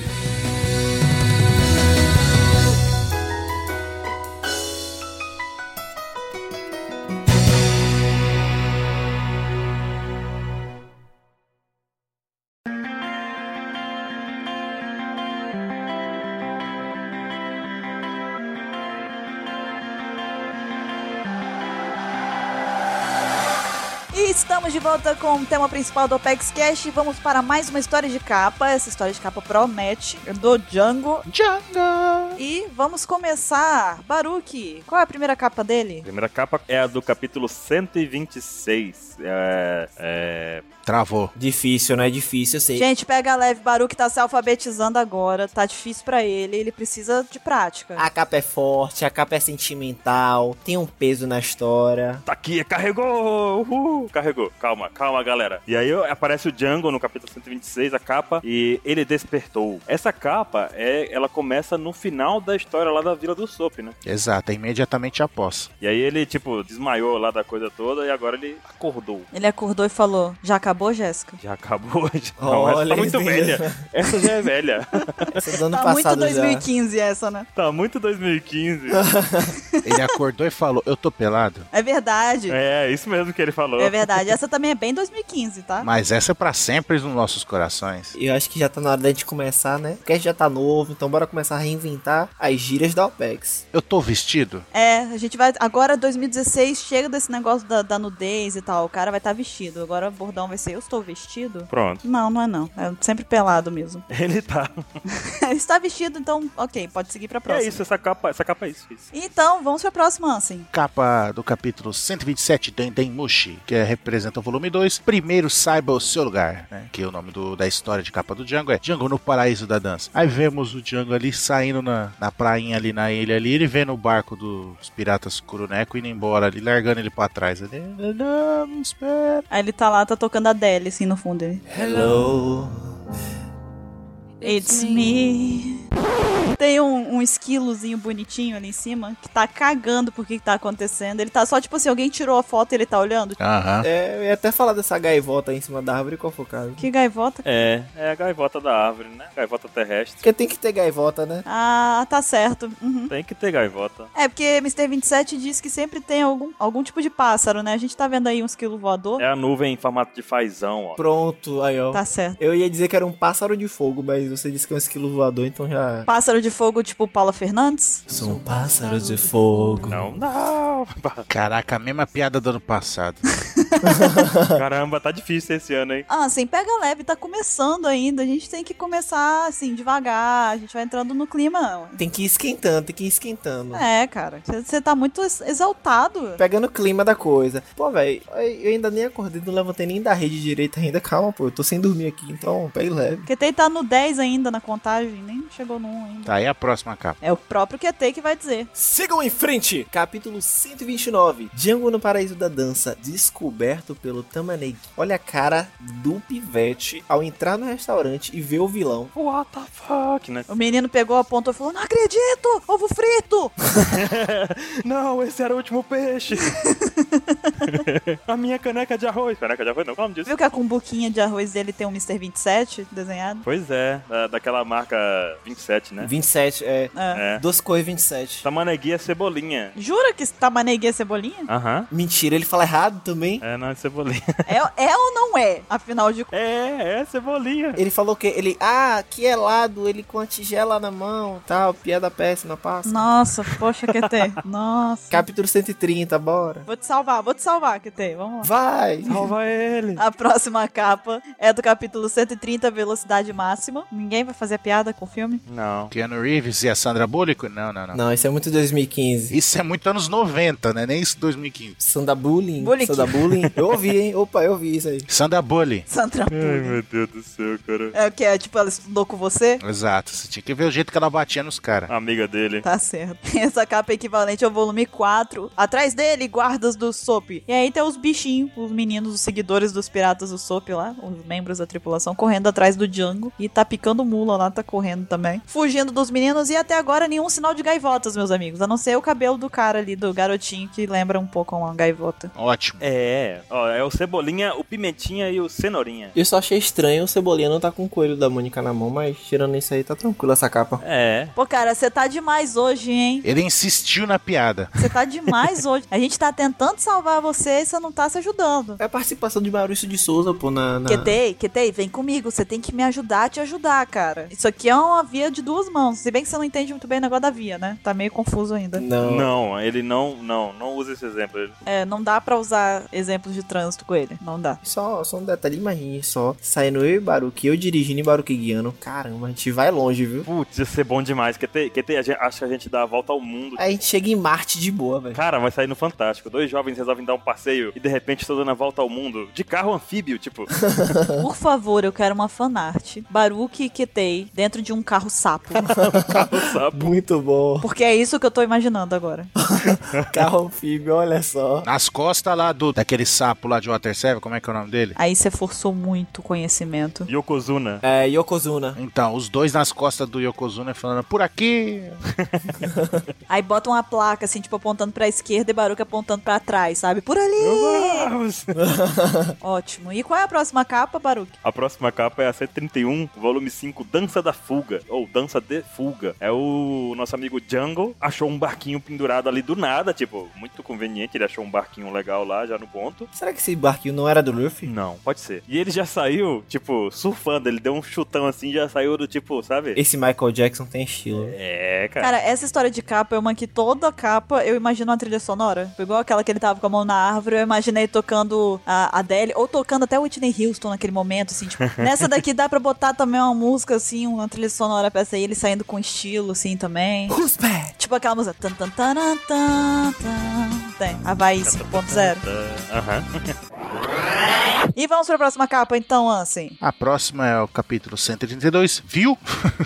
E estamos de volta com o tema principal do Apex Cash. Vamos para mais uma história de capa. Essa história de capa promete é do Django.
Django!
E vamos começar. Baruki, qual é a primeira capa dele?
primeira capa é a do capítulo 126. É, é...
Travou.
Difícil, né? Difícil, eu sei.
Gente, pega leve, Baruki tá se alfabetizando agora, tá difícil pra ele, ele precisa de prática.
A capa é forte, a capa é sentimental, tem um peso na história.
Tá aqui, carregou! Uhul! Carregou. Calma, calma, galera. E aí aparece o Django no capítulo 126, a capa, e ele despertou. Essa capa, é, ela começa no final da história lá da Vila do Sop, né?
Exato, é imediatamente após.
E aí ele, tipo, desmaiou lá da coisa toda e agora ele acordou.
Ele acordou e falou: Já acabou, Jéssica?
Já acabou? Já...
Olha,
essa tá muito
meu
velha.
Deus.
Essa já é velha.
Essa é do ano
Tá muito
passado já.
2015 essa, né?
Tá muito 2015.
Ele acordou e falou: Eu tô pelado.
É verdade. É.
É, isso mesmo que ele falou.
verdade, essa também é bem 2015, tá?
Mas essa é pra sempre nos nossos corações.
Eu acho que já tá na hora da gente começar, né? Porque já tá novo, então bora começar a reinventar as gírias da OPEX.
Eu tô vestido?
É, a gente vai. Agora, 2016, chega desse negócio da, da nudez e tal. O cara vai estar vestido. Agora o bordão vai ser: Eu estou vestido?
Pronto.
Não, não é não. É sempre pelado mesmo.
Ele tá.
Ele está vestido, então, ok, pode seguir pra
É
próxima.
isso, essa capa, essa capa é isso. isso.
Então, vamos pra próxima, assim.
Capa do capítulo 127 do Endenmushi, que Vermelha representa o volume 2. Primeiro saiba o seu lugar, né? Que o nome do- da história de capa do Django é Django no Paraíso da Dança. Aí vemos o Django ali saindo na, na prainha ali na ilha ali, ele vendo o barco dos piratas Curuneco indo embora ali, largando ele pra trás. Ele, não, me espera.
Aí ele tá lá, tá tocando a Adele, assim, no fundo. Ele,
Hello.
It's me. Tem um, um esquilozinho bonitinho ali em cima que tá cagando por que que tá acontecendo. Ele tá só tipo assim: alguém tirou a foto e ele tá olhando.
Aham.
É, eu ia até falar dessa gaivota aí em cima da árvore qual foi o caso?
Que gaivota.
É, é a gaivota da árvore, né? Gaivota terrestre.
Porque tem que ter gaivota, né?
Ah, tá certo. Uhum.
Tem que ter gaivota.
É, porque Mr. 27 diz que sempre tem algum, algum tipo de pássaro, né? A gente tá vendo aí um esquilo voador.
É a nuvem em formato de fazão, ó.
Pronto, aí ó.
Tá certo.
Eu ia dizer que era um pássaro de fogo, mas você disse que é um esquilo voador, então já.
Pássaro de fogo tipo Paula Fernandes?
São pássaros um de fogo.
Não, não.
Caraca, a mesma piada do ano passado.
Caramba, tá difícil esse ano, hein?
Ah, assim, pega leve, tá começando ainda. A gente tem que começar, assim, devagar. A gente vai entrando no clima.
Tem que ir esquentando, tem que ir esquentando.
É, cara. Você tá muito ex- exaltado.
Pegando o clima da coisa. Pô, velho, eu ainda nem acordei, não levantei nem da rede direita ainda. Calma, pô, eu tô sem dormir aqui, então pegue leve.
QT tá no 10 ainda na contagem, nem chegou no 1 ainda.
tá aí a próxima capa.
É o próprio QT que vai dizer.
Sigam em frente! Capítulo 129 Django no Paraíso da Dança Descoberto pelo Tamaneg. Olha a cara do pivete ao entrar no restaurante e ver o vilão.
What the fuck, né?
O menino pegou a ponta e falou: Não acredito! Ovo frito!
não, esse era o último peixe. a minha caneca de arroz. Caneca de arroz não, como disso?
Viu que a cumbuquinha de arroz dele tem um Mr. 27 desenhado?
Pois é, da- daquela marca 27, né?
27, é.
É.
É.
Duas cores 27.
Tamanegui é cebolinha.
Jura que Tamanegui é cebolinha?
Aham.
Mentira, ele fala errado também.
É, não, é cebolinha.
É, é ou não é? Afinal de contas.
É, é cebolinha.
Ele falou que ele, ah, que é lado, ele com a tigela na mão, tal, piada péssima, passa.
Nossa, poxa, QT. Nossa.
Capítulo 130, bora.
Vou te salvar, vou te salvar, QT. Vamos lá.
Vai!
Salva ele.
A próxima capa é do capítulo 130, Velocidade Máxima. Ninguém vai fazer piada com o filme.
Não.
Keanu Reeves e a Sandra Bullock? Não, não, não.
Não, isso é muito 2015.
Isso é muito anos 90, né? Nem isso 2015.
Sanda Bullying.
Bullying.
Sanda Bullying. Eu ouvi, hein? Opa, eu ouvi isso aí.
Sandra Bully.
Sandra
Ai,
Bullock.
meu Deus do céu, cara.
É que é tipo, ela estudou com você?
Exato, você tinha que ver o jeito que ela batia nos caras.
Amiga dele.
Tá certo. Essa capa é equivalente ao volume 4. Atrás dele, guardas do SOP. E aí tem os bichinhos, os meninos, os seguidores dos piratas do SOP lá, os membros da tripulação, correndo atrás do Django. E tá picando mula lá, tá correndo também. Fugindo dos meninos e até agora nenhum sinal de gaivotas, meus amigos. A não ser o cabelo do cara ali, do garotinho, que lembra um pouco uma gaivota.
Ótimo.
É, ó, é o cebolinha, o pimentinha e o cenourinha.
Eu só achei estranho o Cebolinha não tá com o coelho da Mônica na mão, mas tirando isso aí, tá tranquilo essa capa.
É.
Pô, cara, você tá demais hoje, hein?
Ele insistiu na piada.
Você tá demais hoje. A gente tá tentando salvar você e você não tá se ajudando.
É a participação de Maurício de Souza, pô, na. na...
Ketei, Ketei, vem comigo, você tem que me ajudar a te ajudar, cara. Isso aqui é uma via de duas mãos, se bem que você não entende muito bem o negócio da via, né? Tá meio confuso ainda.
Não.
Não, ele não, não, não usa esse exemplo. Ele-
É, não dá pra usar exemplos de trânsito com ele, não dá.
Só, só um detalhe, imagine só. Saindo eu e Baruque, eu dirigindo e Baruque guiando. Caramba, a gente vai longe, viu?
Putz, ia ser bom demais. QT, QT, a gente- acho que a gente dá a volta ao mundo.
Aí a gente chega em Marte de boa, velho.
Cara, vai sair no Fantástico. Dois jovens resolvem dar um passeio e de repente estão dando a volta ao mundo. De carro anfíbio, tipo.
Por favor, eu quero uma fanart. Baruque e Ketei dentro de um carro sapo.
carro sapo.
Muito bom.
Porque é isso que eu tô imaginando agora.
Carro anfíbio, olha só.
Nas costas lá do daquele sapo lá de Water Seven, como é que é o nome dele?
Aí você forçou muito o conhecimento.
Yokozuna.
É, Yokozuna.
Então, os dois nas costas do Yokozuna falando por aqui.
Aí bota uma placa, assim, tipo, apontando pra esquerda e Baruque apontando pra trás, sabe? Por ali!
Vamos!
Ótimo. E qual é a próxima capa, Baruque?
A próxima capa é a 131, volume 5, Dança da Fuga, ou Dança de Fuga. É o nosso amigo Jungle, achou um barquinho pendurado ali do nada, tipo, muito conveniente, ele achou um barquinho legal lá, já no ponto.
Será que esse barquinho não era do Luffy?
Não, pode ser. E ele já saiu, tipo, surfando, ele deu um chutão assim, já saiu do tipo, sabe?
Esse Michael Jackson tem estilo.
É, cara.
Cara, essa história de capa é uma que toda capa eu imagino uma trilha sonora. Igual aquela que ele tava com a mão na árvore, eu imaginei tocando a Adele, ou tocando até Whitney Houston naquele momento, assim, tipo. Nessa daqui dá pra botar também uma música, assim, uma trilha sonora pra essa aí, ele saindo com estilo, assim, também.
Who's back?
Tipo aquela música. Tan, tan, taran, tan, tan. Tem, Havaí 5.0.
Aham.
E vamos pra próxima capa então, Ansem.
A próxima é o capítulo 132, viu?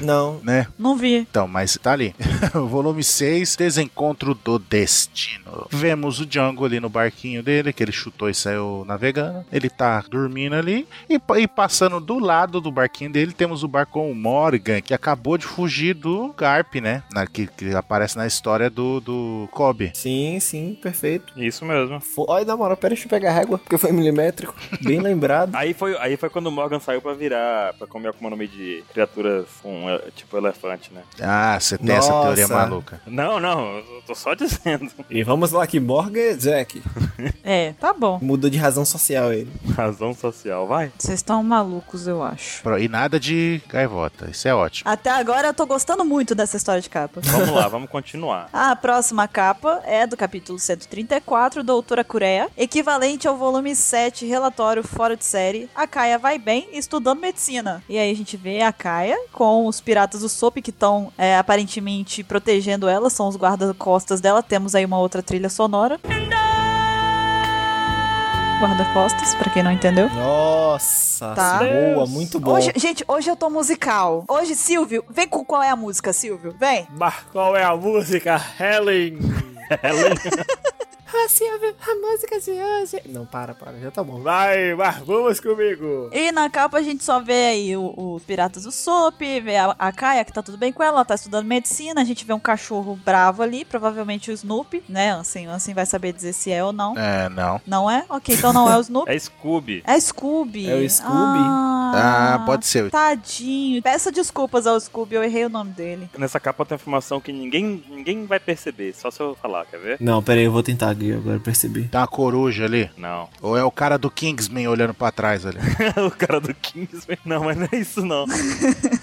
Não.
Né?
Não vi.
Então, mas tá ali. O volume 6, Desencontro do Destino. Vemos o Django ali no barquinho dele, que ele chutou e saiu navegando. Ele tá dormindo ali. E, pa- e passando do lado do barquinho dele, temos o barco Morgan, que acabou de fugir do Garp, né? Na- que, que aparece na história do, do Cobb.
Sim, sim, perfeito.
Isso mesmo.
Fo- Olha, na moral, pera, deixa eu pegar a régua, porque foi milimétrico. Bem lembrado.
Aí foi, aí foi quando o Morgan saiu pra virar, pra comer alguma nome de criaturas com, eh, tipo, elefante, né?
Ah, você tem essa
Nossa.
teoria maluca.
Não, não, eu tô só dizendo.
E vamos lá, que Morgan é Jack.
É, tá bom.
Mudou de razão social ele.
Razão social, vai.
Vocês estão malucos, eu acho.
Pro- E nada de gaivota. Isso é ótimo.
Até agora eu tô gostando muito dessa história de capa.
Vamos lá, vamos continuar.
A próxima capa é do capítulo 134, Doutora Cureia, equivalente ao volume 7, relatório fora de série. A Kaia vai bem estudando medicina. E aí a gente vê a Kaia com os piratas do SOP que estão é, aparentemente protegendo ela, são os guarda-costas dela. Temos aí uma outra trilha sonora. Guarda-costas, pra quem não entendeu.
Nossa,
Tá.
boa, muito bom.
Hoje, gente, hoje eu tô musical. Hoje, Silvio, vem com qual é a música, Silvio? Vem.
Mas qual é a música, Helen? Helen,
Ah, Silvio, a música de hoje. Não, para, para, já tá bom.
vai, mas vamos comigo.
E na capa a gente só vê aí o, o Piratas do Sop, vê a, a Kaia, que tá tudo bem com ela, ela tá estudando medicina, a gente vê um cachorro bravo ali, provavelmente o Snoopy, né, Ansem? O Ansem vai saber dizer se é ou não.
É, não.
Não é? Ok, então não é o Snoopy.
É Scooby.
É Scooby.
É o Scooby?
Ah,
ah pode ser.
Tadinho. Peça desculpas ao Scooby, eu errei o nome dele.
Nessa capa tem uma informação que ninguém, ninguém vai perceber, só se eu falar, quer ver?
Não, pera aí, eu vou tentar, Gui, agora eu percebi.
Tem uma coruja ali.
Não.
Ou é o cara do Kingsman olhando pra trás ali?
o cara do Kingsman. Não, mas não é isso não.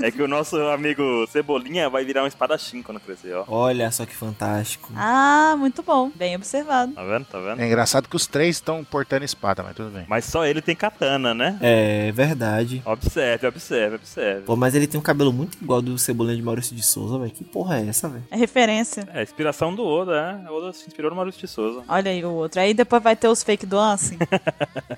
é que o nosso amigo Cebolinha vai virar um espadachim quando crescer, ó.
Olha só que fantástico.
Ah, muito bom. Bem observado.
Tá vendo? Tá vendo?
É engraçado que os três estão portando espada, mas tudo bem.
Mas só ele tem katana, né?
É verdade.
Observe, observe, observe.
Pô, mas ele tem um cabelo muito igual do Cebolinha de Maurício de Souza, velho. Que porra é essa, velho?
É referência.
É, inspiração do Oda, né? O Oda se inspirou no Maurício de Souza.
Olha aí o outro. Aí depois vai ter os fake do Ansem.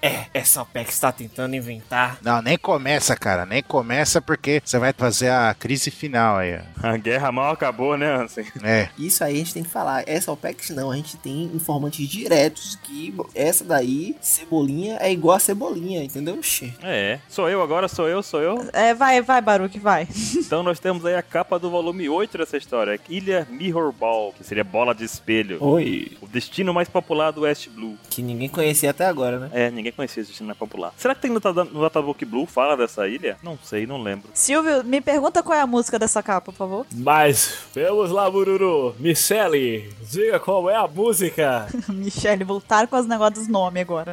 É, Essa OPEC está tentando inventar.
Não, nem começa, cara. Nem começa porque você vai fazer a crise final aí. ó.
A guerra mal acabou, né, Ansem?
É.
Isso aí a gente tem que falar. Essa OPEX não, a gente tem informantes diretos que essa daí, cebolinha, é igual a cebolinha, entendeu? Oxê.
É. Sou eu agora, sou eu, sou eu.
é, vai, vai, Baruque, vai.
Então nós temos aí a capa do volume 8 dessa história. Ilha Mirror Ball, que seria bola de
Oh.
espelho.
Oi.
O destino mais popular do West Blue.
Que ninguém conhecia até agora, né?
É, ninguém conhecia esse destino mais popular. Será que tem no Tada- no Databook Blue fala dessa ilha? Não sei, não lembro.
Silvio, me pergunta qual é a música dessa capa, por favor.
Mas vamos lá, Bururu. Michele, diga qual é a música.
Michelle, voltaram com os negócios dos nomes agora.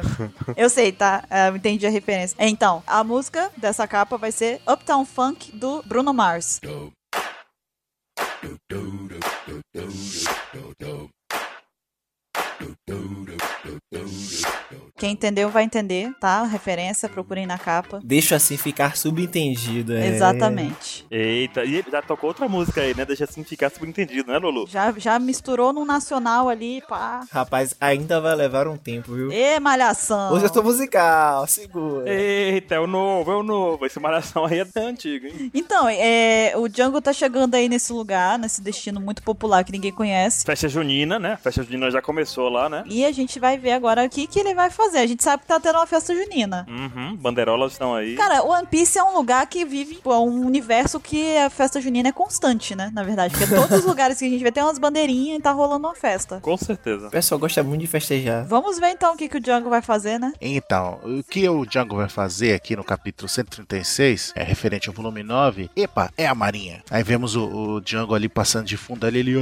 Eu sei, tá? É, Eu entendi a referência. Então, a música dessa capa vai ser Uptown Funk do Bruno Mars. Quem entendeu vai entender, tá? A referência, procurem na capa.
Deixa assim ficar subentendido. é.
Exatamente.
Eita, e ele já tocou outra música aí, né? Deixa assim ficar subentendido, né, Lulu?
Já, já misturou num nacional ali, pá.
Rapaz, ainda vai levar um tempo, viu?
Ê, malhação!
Hoje eu tô musical, segura.
Eita, é o novo, é o novo. Esse malhação aí é antigo, hein?
Então, é, o Django tá chegando aí nesse lugar, nesse destino muito popular que ninguém conhece.
Festa junina, né? Festa junina já começou lá, né?
E a gente vai ver agora o que, que ele vai fazer. A gente sabe que tá tendo uma festa junina.
Uhum, bandeirolas estão aí.
Cara, One Piece é um lugar que vive, pô, é um universo que a festa junina é constante, né? Na verdade, porque todos os lugares que a gente vê tem umas bandeirinhas e tá rolando uma festa.
Com
O
certeza.
pessoal gosta muito de festejar.
Vamos ver então o que, que o Django vai fazer, né?
Então, o que o Django vai fazer aqui no capítulo 136, é referente ao volume 9, epa, é a Marinha. Aí vemos o, o Django ali passando de fundo ali, ele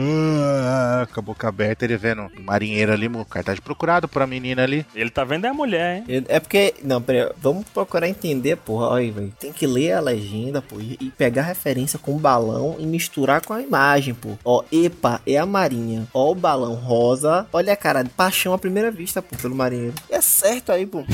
ah, com a boca aberta, ele vendo o marinheiro ali, o cartaz procurado pra menina ali.
Ele tá vendo é a mulher, hein?
Eu- É porque. Não, peraí. Vamos procurar entender, porra. Olha aí, velho. Tem que ler a legenda, pô. E e pegar a referência com o balão e misturar com a imagem, pô. Ó, epa, é a marinha. Ó, o balão rosa. Olha a cara, paixão à primeira vista, pô, pelo marinheiro. E é certo aí, pô.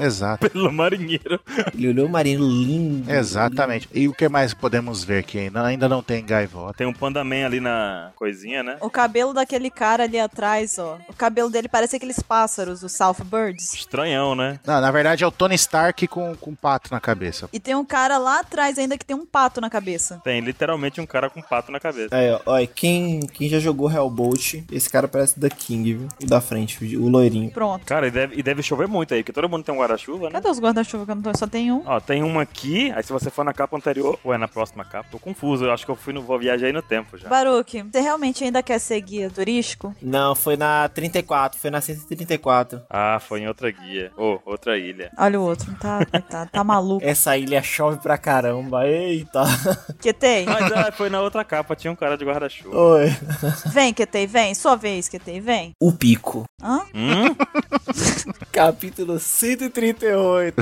Exato.
pelo marinheiro.
Ele olhou o marinheiro lindo.
É Exatamente. E o que mais podemos ver que ainda, ainda não tem gaivota?
Tem um pandaman ali na coisinha, né?
O cabelo daquele cara ali atrás, ó. O cabelo dele parece aqueles pássaros, os South Birds.
Estranhão, né?
Não, na verdade é o Tony Stark com, com um pato na cabeça.
E tem um cara lá atrás ainda que tem um pato na cabeça.
Tem literalmente um cara com pato na cabeça.
Aí, ó, ó, e quem, quem já jogou Hellbolt, esse cara parece da King, viu? O da frente, o loirinho.
Pronto.
Cara, e deve, e deve chover muito aí, porque todo mundo tem um guarda-chuva, né?
Cadê os guarda-chuva que eu não tô? Só tem um.
Ó, tem uma aqui, aí se você for na capa anterior, ou é na próxima capa, tô confuso, eu acho que eu fui no vou viajar aí no tempo já.
Baruque, você realmente ainda quer ser guia turístico?
Não, foi na 34, foi na 134.
Ah, foi em outra guia. Ou outra ilha.
Olha o outro, tá, tá, tá maluco.
Essa ilha chove pra caramba, eita.
Ketei,
É. Mas ah, foi na outra capa, tinha um cara de guarda-chuva.
Oi.
vem, Ketei, vem. Sua vez, Ketei, vem.
O Pico,
Hã?
Hum?
capítulo 138.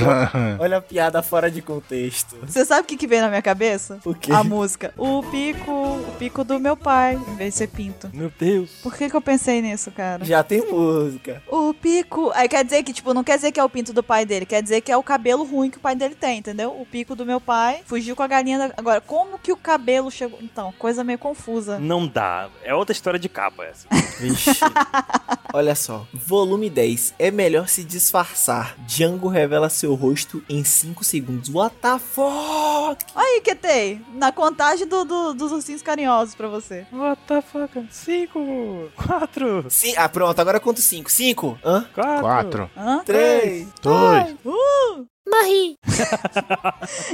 Olha a piada fora de contexto.
Você sabe o que, que veio na minha cabeça?
O quê?
A música. O pico, o pico do meu pai, em vez de ser pinto.
Meu Deus.
Por que, que eu pensei nisso, cara?
Já tem música.
O pico. Aí quer dizer que, tipo, não quer dizer que é o pinto do pai dele, quer dizer que é o cabelo ruim que o pai dele tem, entendeu? O pico do meu pai fugiu com a galinha da. Agora, como que o cabelo chegou. Então, coisa meio confusa.
Não dá. É outra história de capa essa.
Vixe. Olha só. Volume 10. É melhor se disfarçar. Django revela seu rosto em 5 segundos. What the fuck?
Aí, Ketei, na contagem do, do- dos ursinhos carinhosos pra você.
What the fuck? Cinco, quatro,
Sim, ah, pronto. Agora conto 5. 5? Hã?
quatro.
Quatro,
Hã?
3.
dois,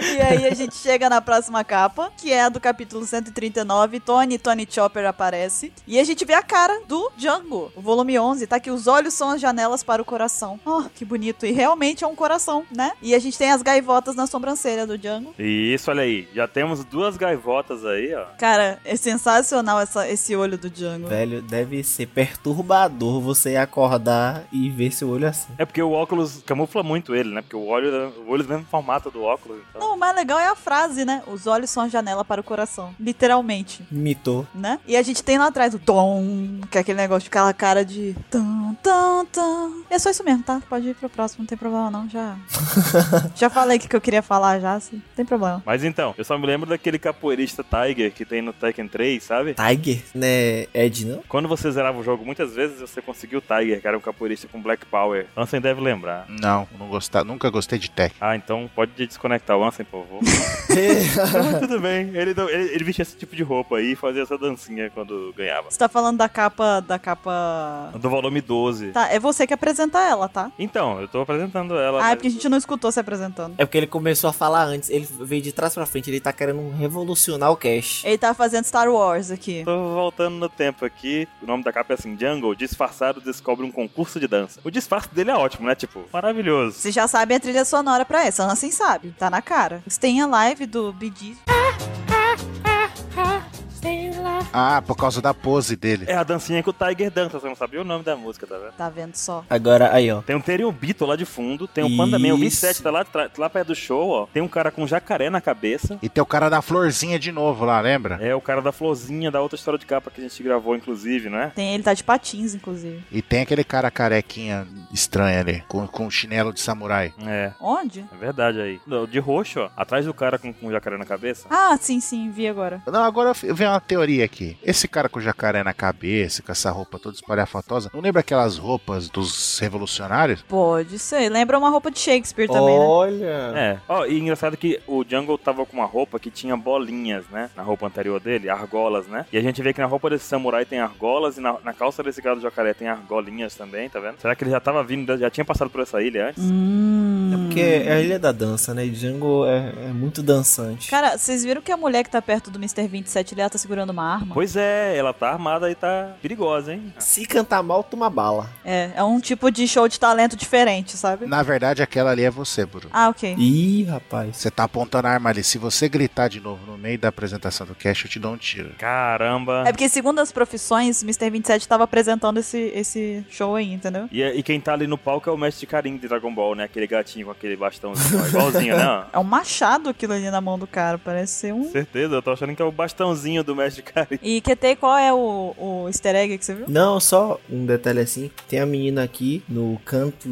E aí a gente chega na próxima capa, que é a do capítulo 139. Tony, Tony Chopper aparece. E a gente vê a cara do Django. O volume 11 tá aqui. Os olhos são as janelas para o coração. Oh, que bonito. E realmente é um coração, né? E a gente tem as gaivotas na sobrancelha do Django.
Isso, olha aí. Já temos duas gaivotas aí, ó.
Cara, é sensacional essa- esse olho do Django.
Velho, deve ser perturbador você acordar e ver seu olho assim.
É porque o óculos camufla muito ele, né? Porque o olho, o olho é do mesmo formato do óculos. Então.
Não, o mais legal é a frase, né? Os olhos são a janela para o coração. Literalmente.
Mitou.
né? E a gente tem lá atrás o tom, que é aquele negócio, de aquela cara de tão, tão, tão. E é só isso mesmo, tá? Pode ir pro próximo, não tem problema não, já. já falei o que que eu queria falar já, assim, não tem problema.
Mas então, eu só me lembro daquele capoeirista Tiger que tem no Tekken 3, sabe?
Tiger? Né, Ed, não?
Quando você zerava o jogo, muitas vezes você conseguiu o Tiger, que era um capoeirista com Black Power. Ansem deve lembrar.
Não, não gostar, nunca gostei de tech.
Ah, então pode desconectar o Ansem, por favor. Mas tudo bem, ele, não- ele- ele vestia esse tipo de roupa aí e fazia essa dancinha quando ganhava.
Você tá falando da capa, da capa...
Do volume 12.
Tá, é você que apresenta ela, tá?
Então, eu tô apresentando ela. né?
Ah, é
mas-
porque a gente não escutou se apresentando.
É porque ele começou a falar antes, ele veio de trás pra frente, ele tá querendo revolucionar o cash.
Ele tá fazendo Star Wars aqui.
Tô voltando no tempo aqui. O nome da capa é assim: Jungle, disfarçado descobre um concurso de dança. O disfarce dele é ótimo, né? Tipo, maravilhoso.
Você já sabe a trilha sonora pra essa, ela assim sabe, tá na cara. Você tem a live do BD.
Ah, por causa da pose dele.
É a dancinha que o Tiger dança, você não sabia o nome da música, tá vendo?
Tá vendo só?
Agora, aí, ó.
Tem um Teriobito lá de fundo, tem um Pandaman, o
Isso.
V7 tá lá, atrás- lá perto do show, ó. Tem um cara com jacaré na cabeça.
E tem o cara da florzinha de novo lá, lembra?
É o cara da florzinha da outra história de capa que a gente gravou, inclusive, não é?
Tem, ele tá de patins, inclusive.
E tem aquele cara carequinha estranho ali, com, com um chinelo de samurai.
É.
Onde?
É verdade aí. Não, De roxo, ó. Atrás do cara com, com jacaré na cabeça.
Ah, sim, sim, vi agora.
Não, agora eu vem uma teoria aqui. Esse cara com o jacaré na cabeça, com essa roupa toda espalhafatosa, não lembra aquelas roupas dos revolucionários?
Pode ser. Lembra uma roupa de Shakespeare também, né?
Olha.
É. Ó, e engraçado que o Jungle tava com uma roupa que tinha bolinhas, né? Na roupa anterior dele, argolas, né? E a gente vê que na roupa desse samurai tem argolas e na, na calça desse cara do jacaré tem argolinhas também, tá vendo? Será que ele já tava vindo, já tinha passado por essa ilha antes?
É
Hum.
porque é a ilha da dança, né? Django é, é muito dançante.
Cara, vocês viram que a mulher que tá perto do Mr. 27 ali, ela tá segurando uma arma?
Pois é, ela tá armada e tá perigosa, hein?
Se cantar mal, toma bala.
É, é um tipo de show de talento diferente, sabe?
Na verdade, aquela ali é você, Bruno.
Ah, ok.
Ih, rapaz.
Você tá apontando a arma ali. Se você gritar de novo no meio da apresentação do cast, eu te dou um tiro.
Caramba.
É porque, segundo as profissões, Mr. 27 tava apresentando esse, esse show aí, entendeu?
E, e quem tá ali no palco é o mestre Karim de Dragon Ball, né? Aquele gatinho com aquele aquele bastãozinho, ó, igualzinho, né?
É um machado aquilo ali na mão do cara, parece ser um.
Certeza, eu tô achando que é o bastãozinho do mestre Kari.
E QT, qual é o, o easter egg que você viu?
Não, só um detalhe assim. Tem a menina aqui no canto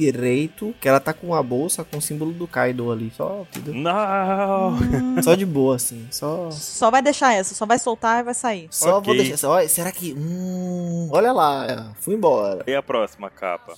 direito, que ela tá com uma bolsa com o símbolo do Kaido ali. Só, entendeu?
Não!
só de boa, assim. Só.
Hum, Só vai deixar essa, só vai soltar e vai sair.
Só
Ok.
vou deixar. só- Olha, será que. Hum. Olha lá, fui embora.
E a próxima capa?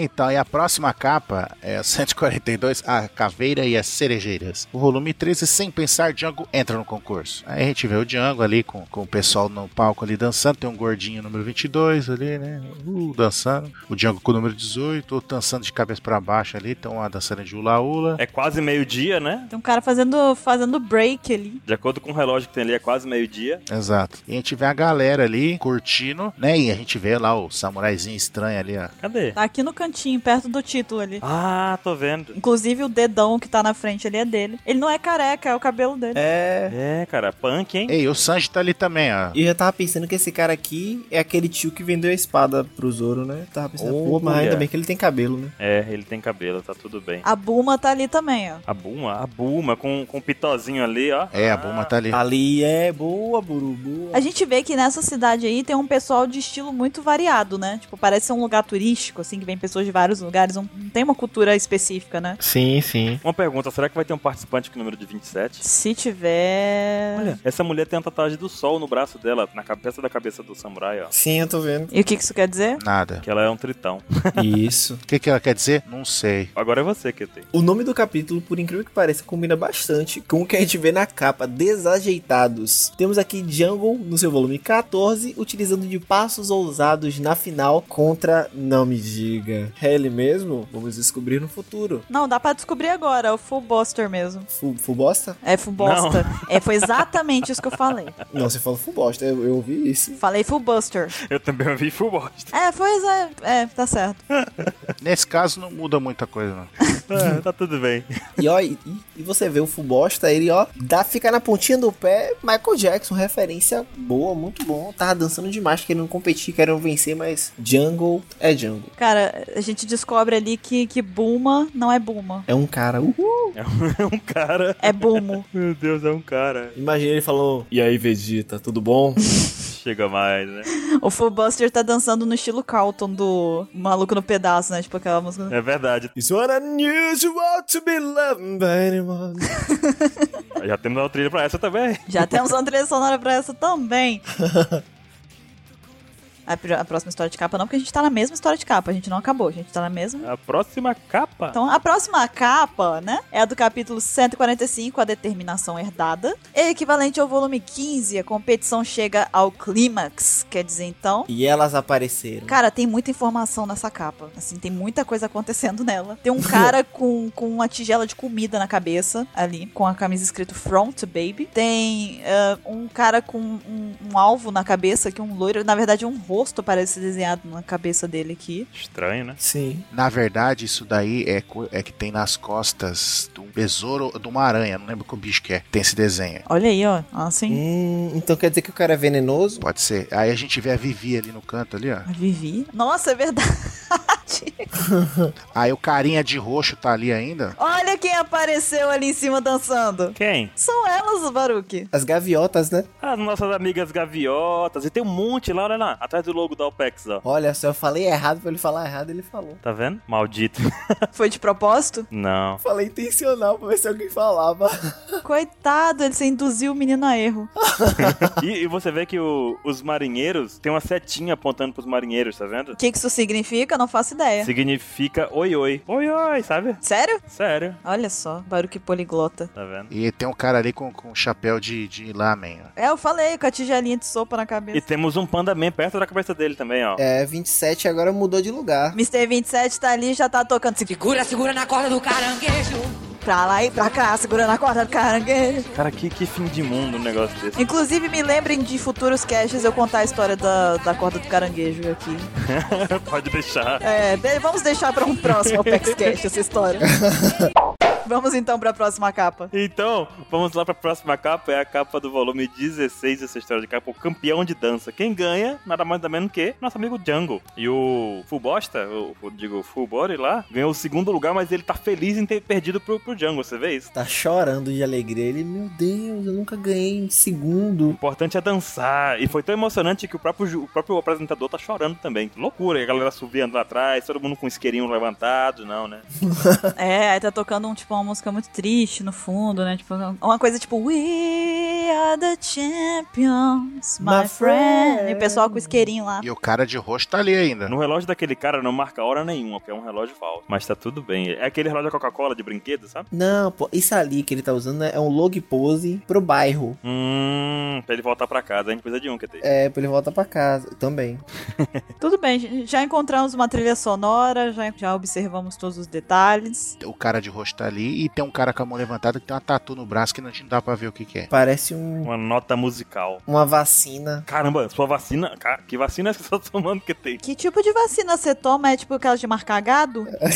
Então, e a próxima capa é a 142, A Caveira e as Cerejeiras. O volume 13, Sem Pensar, Django entra no concurso. Aí a gente vê o Django ali com, com o pessoal no palco ali dançando. Tem um gordinho número 22 ali, né? Uh, dançando. O Django com o número 18, outro dançando de cabeça pra baixo ali. Tem uma dançando de hula-hula.
É quase meio-dia, né?
Tem um cara fazendo, fazendo break ali.
De acordo com o relógio que tem ali, é quase meio-dia.
Exato. E a gente vê a galera ali curtindo, né? E a gente vê lá o samuraizinho estranho ali, ó.
Cadê?
Tá aqui no cantinho, perto do título ali.
Ah, tô vendo.
Inclusive o dedão que tá na frente ali é dele. Ele não é careca, é o cabelo dele.
É.
É, cara, punk, hein?
Ei, o Sanji tá ali também, ó.
E eu já tava pensando que esse cara aqui é aquele tio que vendeu a espada pro Zoro, né? Eu Tava pensando, pô, mas
Olha.
ainda bem que ele tem cabelo, né?
É, ele tem cabelo, tá tudo bem.
A Buma tá ali também, ó.
A Buma, a Buma, com, com o pitozinho ali, ó.
É, a bomba tá ali.
Ali é boa, Buru, boa.
A gente vê que nessa cidade aí tem um pessoal de estilo muito variado, né? Tipo, parece ser um lugar turístico, assim, que vem pessoas de vários lugares. Não não tem uma cultura específica, né?
Sim, sim.
Uma pergunta, será que vai ter um participante com número de 27?
Se tiver.
Olha, essa mulher tem a tatuagem do sol no braço dela, na cabeça da cabeça do samurai, ó.
Sim, eu tô vendo.
E o que que isso quer dizer?
Nada.
Que ela é um tritão.
Isso.
O que, que ela quer dizer? Não sei.
Agora é você, QT.
O nome do capítulo, por incrível que pareça, combina bastante com o que a gente vê na capa, Desajeitados. Temos aqui Jungle no seu volume 14, utilizando de passos ousados na final contra Não Me Diga. É ele mesmo? Vamos descobrir no futuro.
Não, dá pra descobrir agora, é o Full Buster mesmo.
Fu- Fubosta?
É Full Buster. É, foi exatamente isso que eu falei.
Não, você falou Fubosta, eu, eu ouvi isso.
Falei Full Buster.
Eu também ouvi full bosta.
É, foi. exa- É, tá certo.
Nesse caso, não muda muita coisa, não.
Ah, tá tudo bem.
E ó, e, e você vê o Fubosta, ele ó, dá, fica na pontinha do pé, Michael Jackson, referência boa, muito bom. Tava dançando demais, querendo competir, querendo vencer, mas Jungle é Jungle.
Cara, a gente descobre ali que, que Buma não é Buma.
É um cara, uhul.
É um cara.
É Bumo.
Meu Deus, é um cara.
Imagina ele falou,
E aí, Vegeta, tudo bom?
Chega mais, né?
O Full Buster tá dançando no estilo Carlton do Maluco no Pedaço, né? Tipo aquela música.
É verdade.
It's what unusual to be loved by anyone.
Já temos uma trilha pra essa também.
Já temos uma trilha sonora pra essa também. A, pr- a próxima história de capa não, porque a gente tá na mesma história de capa. A gente não acabou, a gente tá na mesma.
A próxima capa.
Então, a próxima capa, né, é a do capítulo 145, A Determinação Herdada. É equivalente ao volume 15, a competição chega ao clímax. Quer dizer, então,
E elas apareceram.
Cara, tem muita informação nessa capa. Assim, tem muita coisa acontecendo nela. Tem um cara com, com uma tigela de comida na cabeça, ali, com a camisa escrito Front Baby. Tem ah, um cara com um, um alvo na cabeça, que é um loiro. Na verdade, um rosto parece desenhado na cabeça dele aqui.
Estranho, né?
Sim.
Na verdade, isso daí é, co- é que tem nas costas de um besouro, de uma aranha, não lembro que bicho que é. Tem esse desenho.
Olha aí, ó. Assim.
Hum, então quer dizer que o cara é venenoso?
Pode ser. Aí a gente vê a Vivi ali no canto ali, ó.
A Vivi. Nossa, é verdade.
Aí o carinha de roxo tá ali ainda.
Olha quem apareceu ali em cima dançando.
Quem?
São elas, Baruque.
As gaviotas, né?
As nossas amigas gaviotas. E tem um monte lá, olha lá. Atrás do logo da Alpex, ó.
Olha só, eu falei errado pra ele falar errado, ele falou.
Tá vendo? Maldito.
Foi de propósito?
Não.
Falei intencional pra ver se alguém falava.
Coitado, ele se induziu o menino a erro.
E, e você vê que o- os marinheiros tem uma setinha apontando pros marinheiros, tá vendo?
O que que isso significa? Não faço ideia.
Significa oi oi. Oi oi, sabe?
Sério?
Sério.
Olha só, Baruque poliglota.
Tá vendo?
E tem um cara ali com, com um chapéu de, de lamen, ó.
É, eu falei, com a tigelinha de sopa na
E
cabeça.
temos um panda man perto da cabeça dele também, ó.
É, 27 agora mudou de lugar.
Mr. 27 tá ali já tá tocando. Se
Segura, segura na corda do caranguejo.
pra lá e pra cá, segurando a corda do caranguejo.
Cara, que, que fim de mundo um negócio desse.
Inclusive, me lembrem de futuros caches eu contar a história da, da corda do caranguejo aqui.
Pode deixar.
É, de- vamos deixar pra um próximo Apex Cash essa história. Vamos então pra próxima capa.
Então, vamos lá pra próxima capa. É a capa do volume 16 dessa história de capa, o campeão de dança. Quem ganha, nada mais nada menos que nosso amigo Django. E o Full Bosta, o, o- digo, Full Body lá, ganhou o segundo lugar, mas ele tá feliz em ter perdido pro, pro Django, você vê isso?
Tá chorando de alegria. Ele, meu Deus, eu nunca ganhei em
O
segundo.
importante é dançar. E foi tão emocionante que o próprio, ju- o próprio apresentador tá chorando também. Loucura, e a galera subindo lá atrás, todo mundo com o isqueirinho levantado, não, né?
É, aí tá tocando um, tipo, uma música muito triste no fundo, né? Tipo, uma coisa tipo We are the champions, my,
My
friend.
friend.
E o pessoal com o isqueirinho lá.
E o cara de roxo tá ali ainda.
No relógio daquele cara não marca hora nenhuma, porque é um relógio falso. Mas tá tudo bem. É aquele relógio da Coca-Cola de brinquedo, sabe?
Não, pô, isso ali que ele tá usando é um log pose pro bairro.
Hum, pra ele voltar pra casa, a gente precisa de um, que tem.
É, pra ele voltar pra casa também.
Tudo bem, gente, já encontramos uma trilha sonora, já, já observamos todos os detalhes.
O cara de roxo tá ali e tem um cara com a mão levantada que tem uma tatu no braço que não te dá pra ver o que que é.
Parece um,
Uma nota musical.
uma vacina.
Caramba, sua vacina. Cara, que vacina é que você tá tomando que tem?
Que tipo de vacina você toma? É tipo aquela de marcar gado?
É.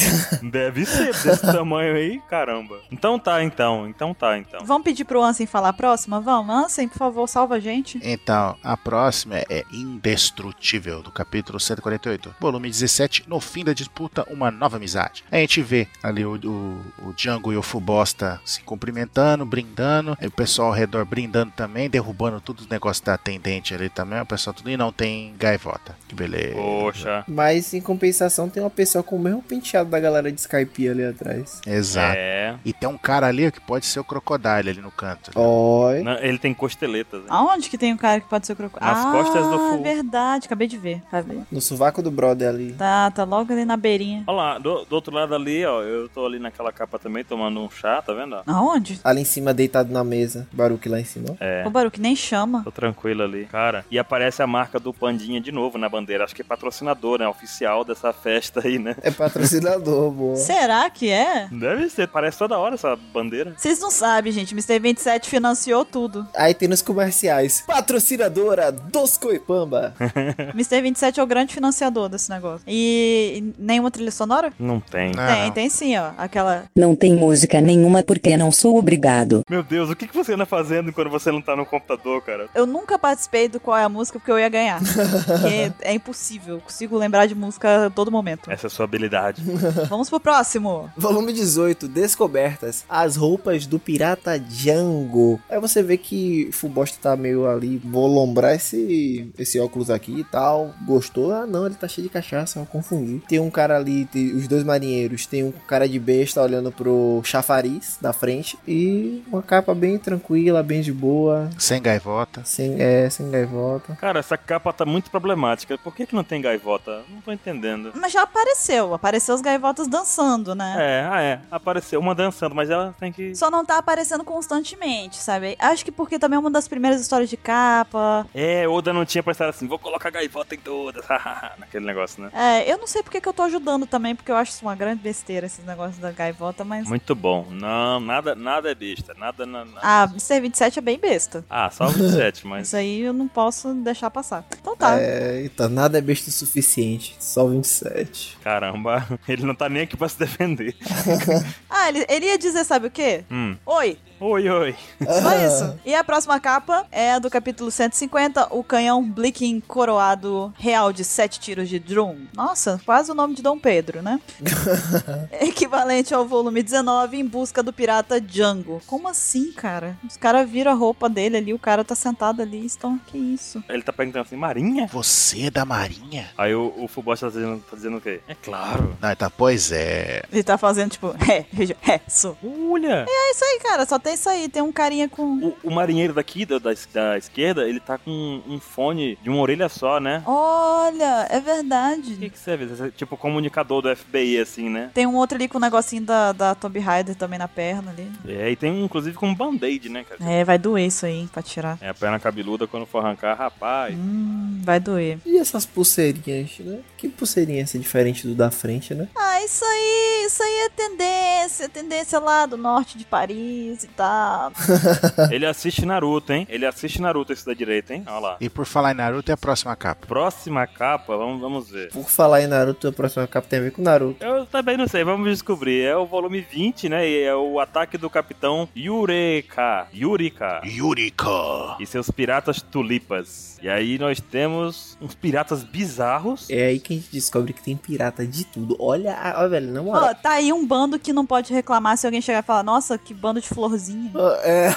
Deve ser desse tamanho aí, caramba. Então tá, então. Então tá, então.
Vamos pedir pro Ansem falar a próxima? Vamos, Ansem, por favor, salva a gente.
Então, a próxima é Indestrutível, do capítulo 148, volume 17. No fim da disputa, uma nova amizade. A gente vê ali o, o, o Django e o Fubosta se cumprimentando, brindando. E o pessoal ao redor brindando também, derrubando todos os negócios da atendente ali também. O pessoal tudo e não tem gaivota. Que beleza.
Poxa.
Mas em compensação tem uma pessoa com o mesmo penteado da galera de Skype ali atrás.
Exato.
É.
E tem um cara ali que pode ser o Crocodile ali no canto. né?
Oi.
Não, ele tem costeletas. Hein?
Aonde que tem o cara que pode ser o crocodilo?
Nas
ah,
costas do
é
fu-
verdade, acabei de ver. Acabei.
No sovaco do brother ali.
Tá, tá logo ali na beirinha.
Olha lá, do, do outro lado ali, ó. Eu tô ali naquela capa também, tomando um chá, tá vendo? ó?
Aonde?
Ali em cima, deitado na mesa. Baruque lá em cima.
É.
O Baruque nem chama.
Tô tranquilo ali. Cara, e aparece a marca do Pandinha de novo na bandeira. Acho que é patrocinador, né? Oficial dessa festa aí, né?
É patrocinador, boa.
Será que é?
Deve ser, parece toda hora essa bandeira.
Vocês não sabem, gente. Mr. 27 financiou tudo.
Aí tem nos comerciais. Patrocinadora dos Coipamba.
Mr. 27 é o grande financiador desse negócio. E e nenhuma trilha sonora?
Não tem.
Ah,
tem,
não.
tem sim, ó. Aquela.
Não tem música nenhuma porque não sou obrigado.
Meu Deus, o que, que você anda fazendo quando você não tá no computador, cara?
Eu nunca participei do qual é a música porque eu ia ganhar. Porque é impossível. Eu consigo lembrar de música a todo momento.
Essa é a sua habilidade.
É.
Vamos pro próximo.
Volume 18, Descobertas, as roupas do pirata Django. Aí você vê que Fubosta tá meio ali, vou lombrar esse, esse óculos aqui e tal. Gostou? Ah não, ele tá cheio de cachaça, eu confundi. Tem um cara ali, tem os dois marinheiros, tem um cara de besta olhando pro chafariz na frente. E uma capa bem tranquila, bem de boa,
Sem gaivota.
sem, é, sem gaivota.
cara, essa capa tá muito problemática. Por que, que não tem gaivota? Não tô entendendo.
Mas já apareceu. Apareceu as gaivotas dançando, né?
É, ah é. Apareceu uma dançando, mas ela tem que.
Só não tá aparecendo constantemente, sabe? Acho que porque também é uma das primeiras histórias de capa.
É, Oda não tinha pensado assim, vou colocar gaivota em todas. hahaha, Naquele negócio, né?
É, eu não sei porque que eu tô ajudando também, porque eu acho isso uma grande besteira, esses negócios da gaivota, mas.
Muito bom. Não, nada, nada é besta. Nada. na- na-
Ah, Mr. 27 é bem besta.
Ah, só o 27, mas.
Isso aí eu não posso deixar passar. Então tá.
É, então nada é besta o suficiente, só 27.
Caramba, ele não tá nem aqui pra se defender.
Ah, ele, ele ia dizer, sabe o quê?
Hum.
Oi!
Oi, oi.
Só é isso. E a próxima capa é a do capítulo 150, o canhão Blicking coroado real de sete tiros de drum. Nossa, quase o nome de Dom Pedro, né? Equivalente ao volume 19, em busca do pirata Django. Como assim, cara? Os caras viram a roupa dele ali, o cara tá sentado ali, estão... Que isso?
Ele tá perguntando assim, Marinha?
Você é da marinha?
Aí o, o Fubosh tá dizendo, tá dizendo o quê? É claro.
Não, tá, pois é.
Ele tá fazendo tipo, é, veja, é, isso.
Olha!
É isso aí, cara, só tem isso aí, tem um carinha com...
O, o marinheiro daqui, da, da, es- da esquerda, ele tá com um fone de uma orelha só, né?
Olha, é
O que
verdade.
que serve? Esse é Tipo comunicador do FBI, assim, né?
Tem um outro ali com o negocinho da, da Tomb Raider também na perna ali.
É, e tem um, inclusive com um band-aid, né, cara?
É, vai doer isso aí pra tirar.
É a perna cabeluda quando for arrancar, rapaz.
Hum, vai doer.
E essas pulseirinhas, né? Que pulseirinha essa diferente do da frente, né?
Ah, isso aí, isso aí é tendência, tendência lá do norte de Paris e tal.
Ele assiste Naruto, hein? Ele assiste Naruto esse da direita, hein? Olha lá.
E por falar em Naruto, é a próxima capa.
Próxima capa, vamos, vamos ver.
Por falar em Naruto, a próxima capa tem a ver com Naruto.
Eu também não sei, vamos descobrir. É o volume 20, né? E é o ataque do capitão Yureka. Yurika.
Yurika.
E seus piratas tulipas. E aí nós temos uns piratas bizarros.
É aí que a gente descobre que tem pirata de tudo. Olha, a, ó, velho, na
Ó,
moral.
tá aí um bando que não pode reclamar se alguém chegar e falar, nossa, que bando de florzinha.
Ó, é.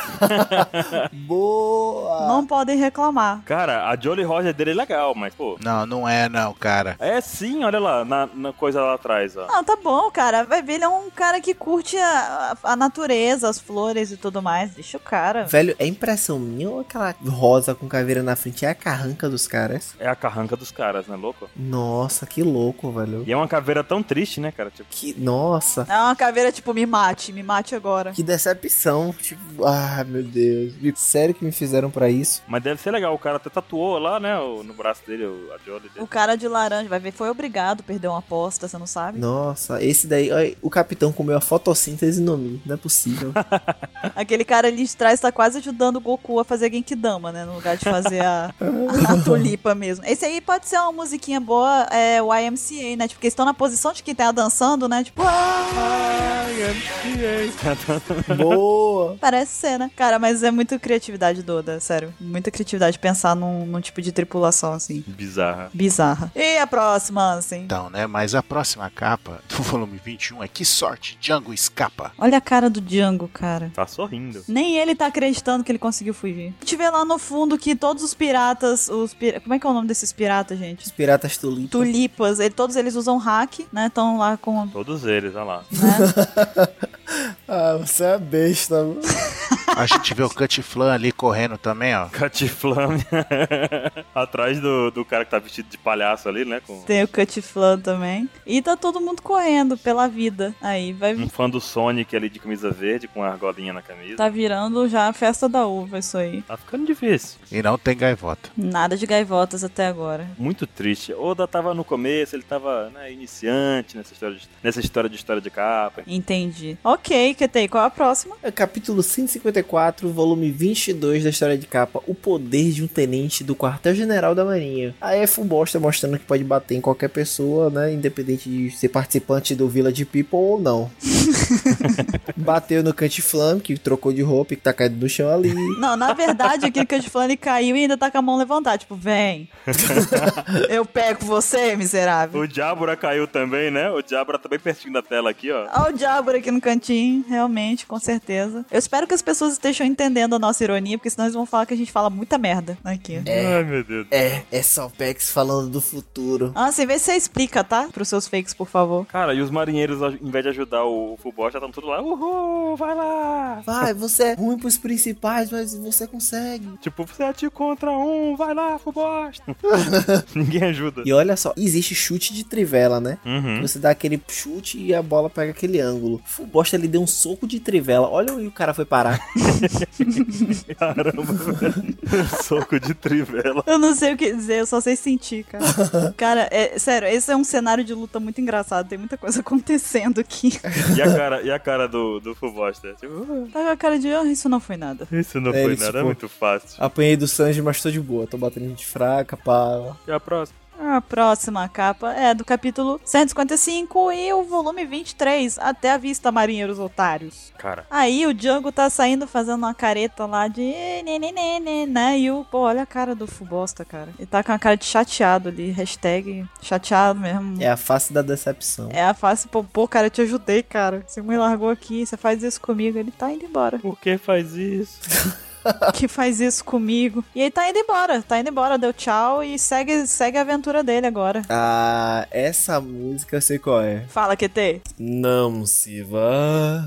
Boa.
Não podem reclamar.
Cara, a Jolly Roger dele é legal, mas pô.
Não, não é não, cara.
É sim, olha lá, na, na coisa lá atrás, ó.
Não, tá bom, cara. Vai ver, ele é um cara que curte a, a- a natureza, as flores e tudo mais. Deixa o cara.
Velho, é impressão minha ou aquela rosa com caveira na frente é a carranca dos caras?
É a carranca dos caras, né, louco?
Nossa, que louco, velho.
E é uma caveira tão triste, né, cara? Tipo,
Que, nossa,
É uma caveira tipo, me mate, me mate agora.
que decepção. Tipo, ah, meu Deus. Sério que me fizeram pra isso?
mas deve ser legal, o cara até tatuou lá, né, o- no braço dele, o- a Jolly dele.
O cara de laranja, vai ver, foi obrigado, perdeu uma aposta, você não sabe?
Nossa, esse daí, ó, o capitão comeu a fotossíntese no mim, não é possível.
Aquele cara ali de trás tá quase ajudando o Goku a fazer Genkidama, né? No lugar de fazer a, a tulipa mesmo. Esse aí pode ser uma musiquinha boa, é o YMCA, né? Tipo, porque eles estão na posição de quem tá dançando, né? Tipo, "Ah",
Boa!
parece ser, né? Cara, mas é muito criatividade do Oda, sério. Muita criatividade pensar num, num tipo de tripulação, assim,
Bizarra.
bizarra. E a próxima, assim?
Então, né? Mas a próxima capa do volume 21 é Que Sorte, Django Escapa.
Olha a cara do Django, cara.
Tá sorrindo.
Nem ele tá acreditando que ele conseguiu fugir. A gente vê lá no fundo que todos os piratas, os pira... Como é que é o nome desses piratas, gente?
Os piratas tulipas.
Tulipas, ele- todos eles usam hack, né? Estão lá com.
Todos eles, olha lá.
né?
Ah, você é besta, mano.
A gente vê o Cut Flan ali correndo também, ó.
Catiflame. Atrás do, do cara que tá vestido de palhaço ali, né? Com
Tem o Cut Flan também. E tá todo mundo correndo pela vida. Aí vai.
um fã do Sonic ali de camisa verde, com a argolinha na camisa.
Tá virando já a festa da uva, isso aí.
Tá ficando difícil.
E não tem gaivota.
Nada de gaivotas até agora.
Muito triste. Oda tava no começo, ele tava né, iniciante nessa história, de, nessa história de história de capa.
Entendi. Ok, Ketei, qual é a próxima?
É capítulo 154, volume 22 da história de capa, O Poder de um Tenente do Quartel-General da Marinha. A F bosta mostrando que pode bater em qualquer pessoa, né, independente de ser participante do Village People ou não. Bateu no Cut Flam, que trocou de roupa e que tá caído no chão ali.
Não, na verdade, aquele Cut Flan ele caiu e ainda tá com a mão levantada. Tipo, vem. Eu pego você, miserável.
O Diabra caiu também, né? O Diabra tá bem pertinho da tela aqui, ó.
Olha o diabo aqui no cantinho, realmente, com certeza. Eu espero que as pessoas estejam entendendo a nossa ironia, porque senão eles vão falar que a gente fala muita merda aqui.
Ai, meu Deus.
É, é só o Pex falando do futuro.
Ah, assim, vê se você explica, tá? Pros seus fakes, por favor.
Cara, e os marinheiros, ao- em vez de ajudar o, o Full já estão tudo lá. Uhul, vai lá!
Vai, você é ruim pros principais, mas você consegue.
Tipo, sete contra um, vai lá, Fubosta. Ninguém ajuda.
E olha só, existe chute de trivela, né?
Uhum.
Você dá aquele chute e a bola pega aquele ângulo. O bosta ele deu um soco de trivela. Olha onde o cara foi parar.
Caramba, velho. Soco de trivela.
Eu não sei o que dizer, eu só sei sentir, cara. cara, é, sério, esse é um cenário de luta muito engraçado, tem muita coisa acontecendo aqui.
E a cara, e a cara do, do Fubosta? Tipo, "Uh,
Tá com a cara de, ah, isso não foi nada.
isso não
É,
foi
ele,
nada, é
tipo-
muito fácil.
Apanhei do Sanji, mas tô de boa. Tô batendo gente fraca, pá.
E a próxima?
A próxima capa é do capítulo 155 e o volume 23, Até a Vista, Marinheiros Otários.
Cara,
Aí o Django tá saindo fazendo uma careta lá de. nenenene, né? E o. Pô, olha a cara do Fubosta, cara. Ele tá com a cara de chateado ali. Hashtag chateado mesmo.
É a face da decepção.
É a face, pô, pô, cara, eu te ajudei, cara. Você me largou aqui, você faz isso comigo. Ele tá indo embora.
por que faz isso?
que faz isso comigo? E ele tá indo embora, tá indo embora, deu tchau e segue, segue a aventura dele agora.
Ah, essa música eu sei qual é.
Fala, QT.
Não se vá.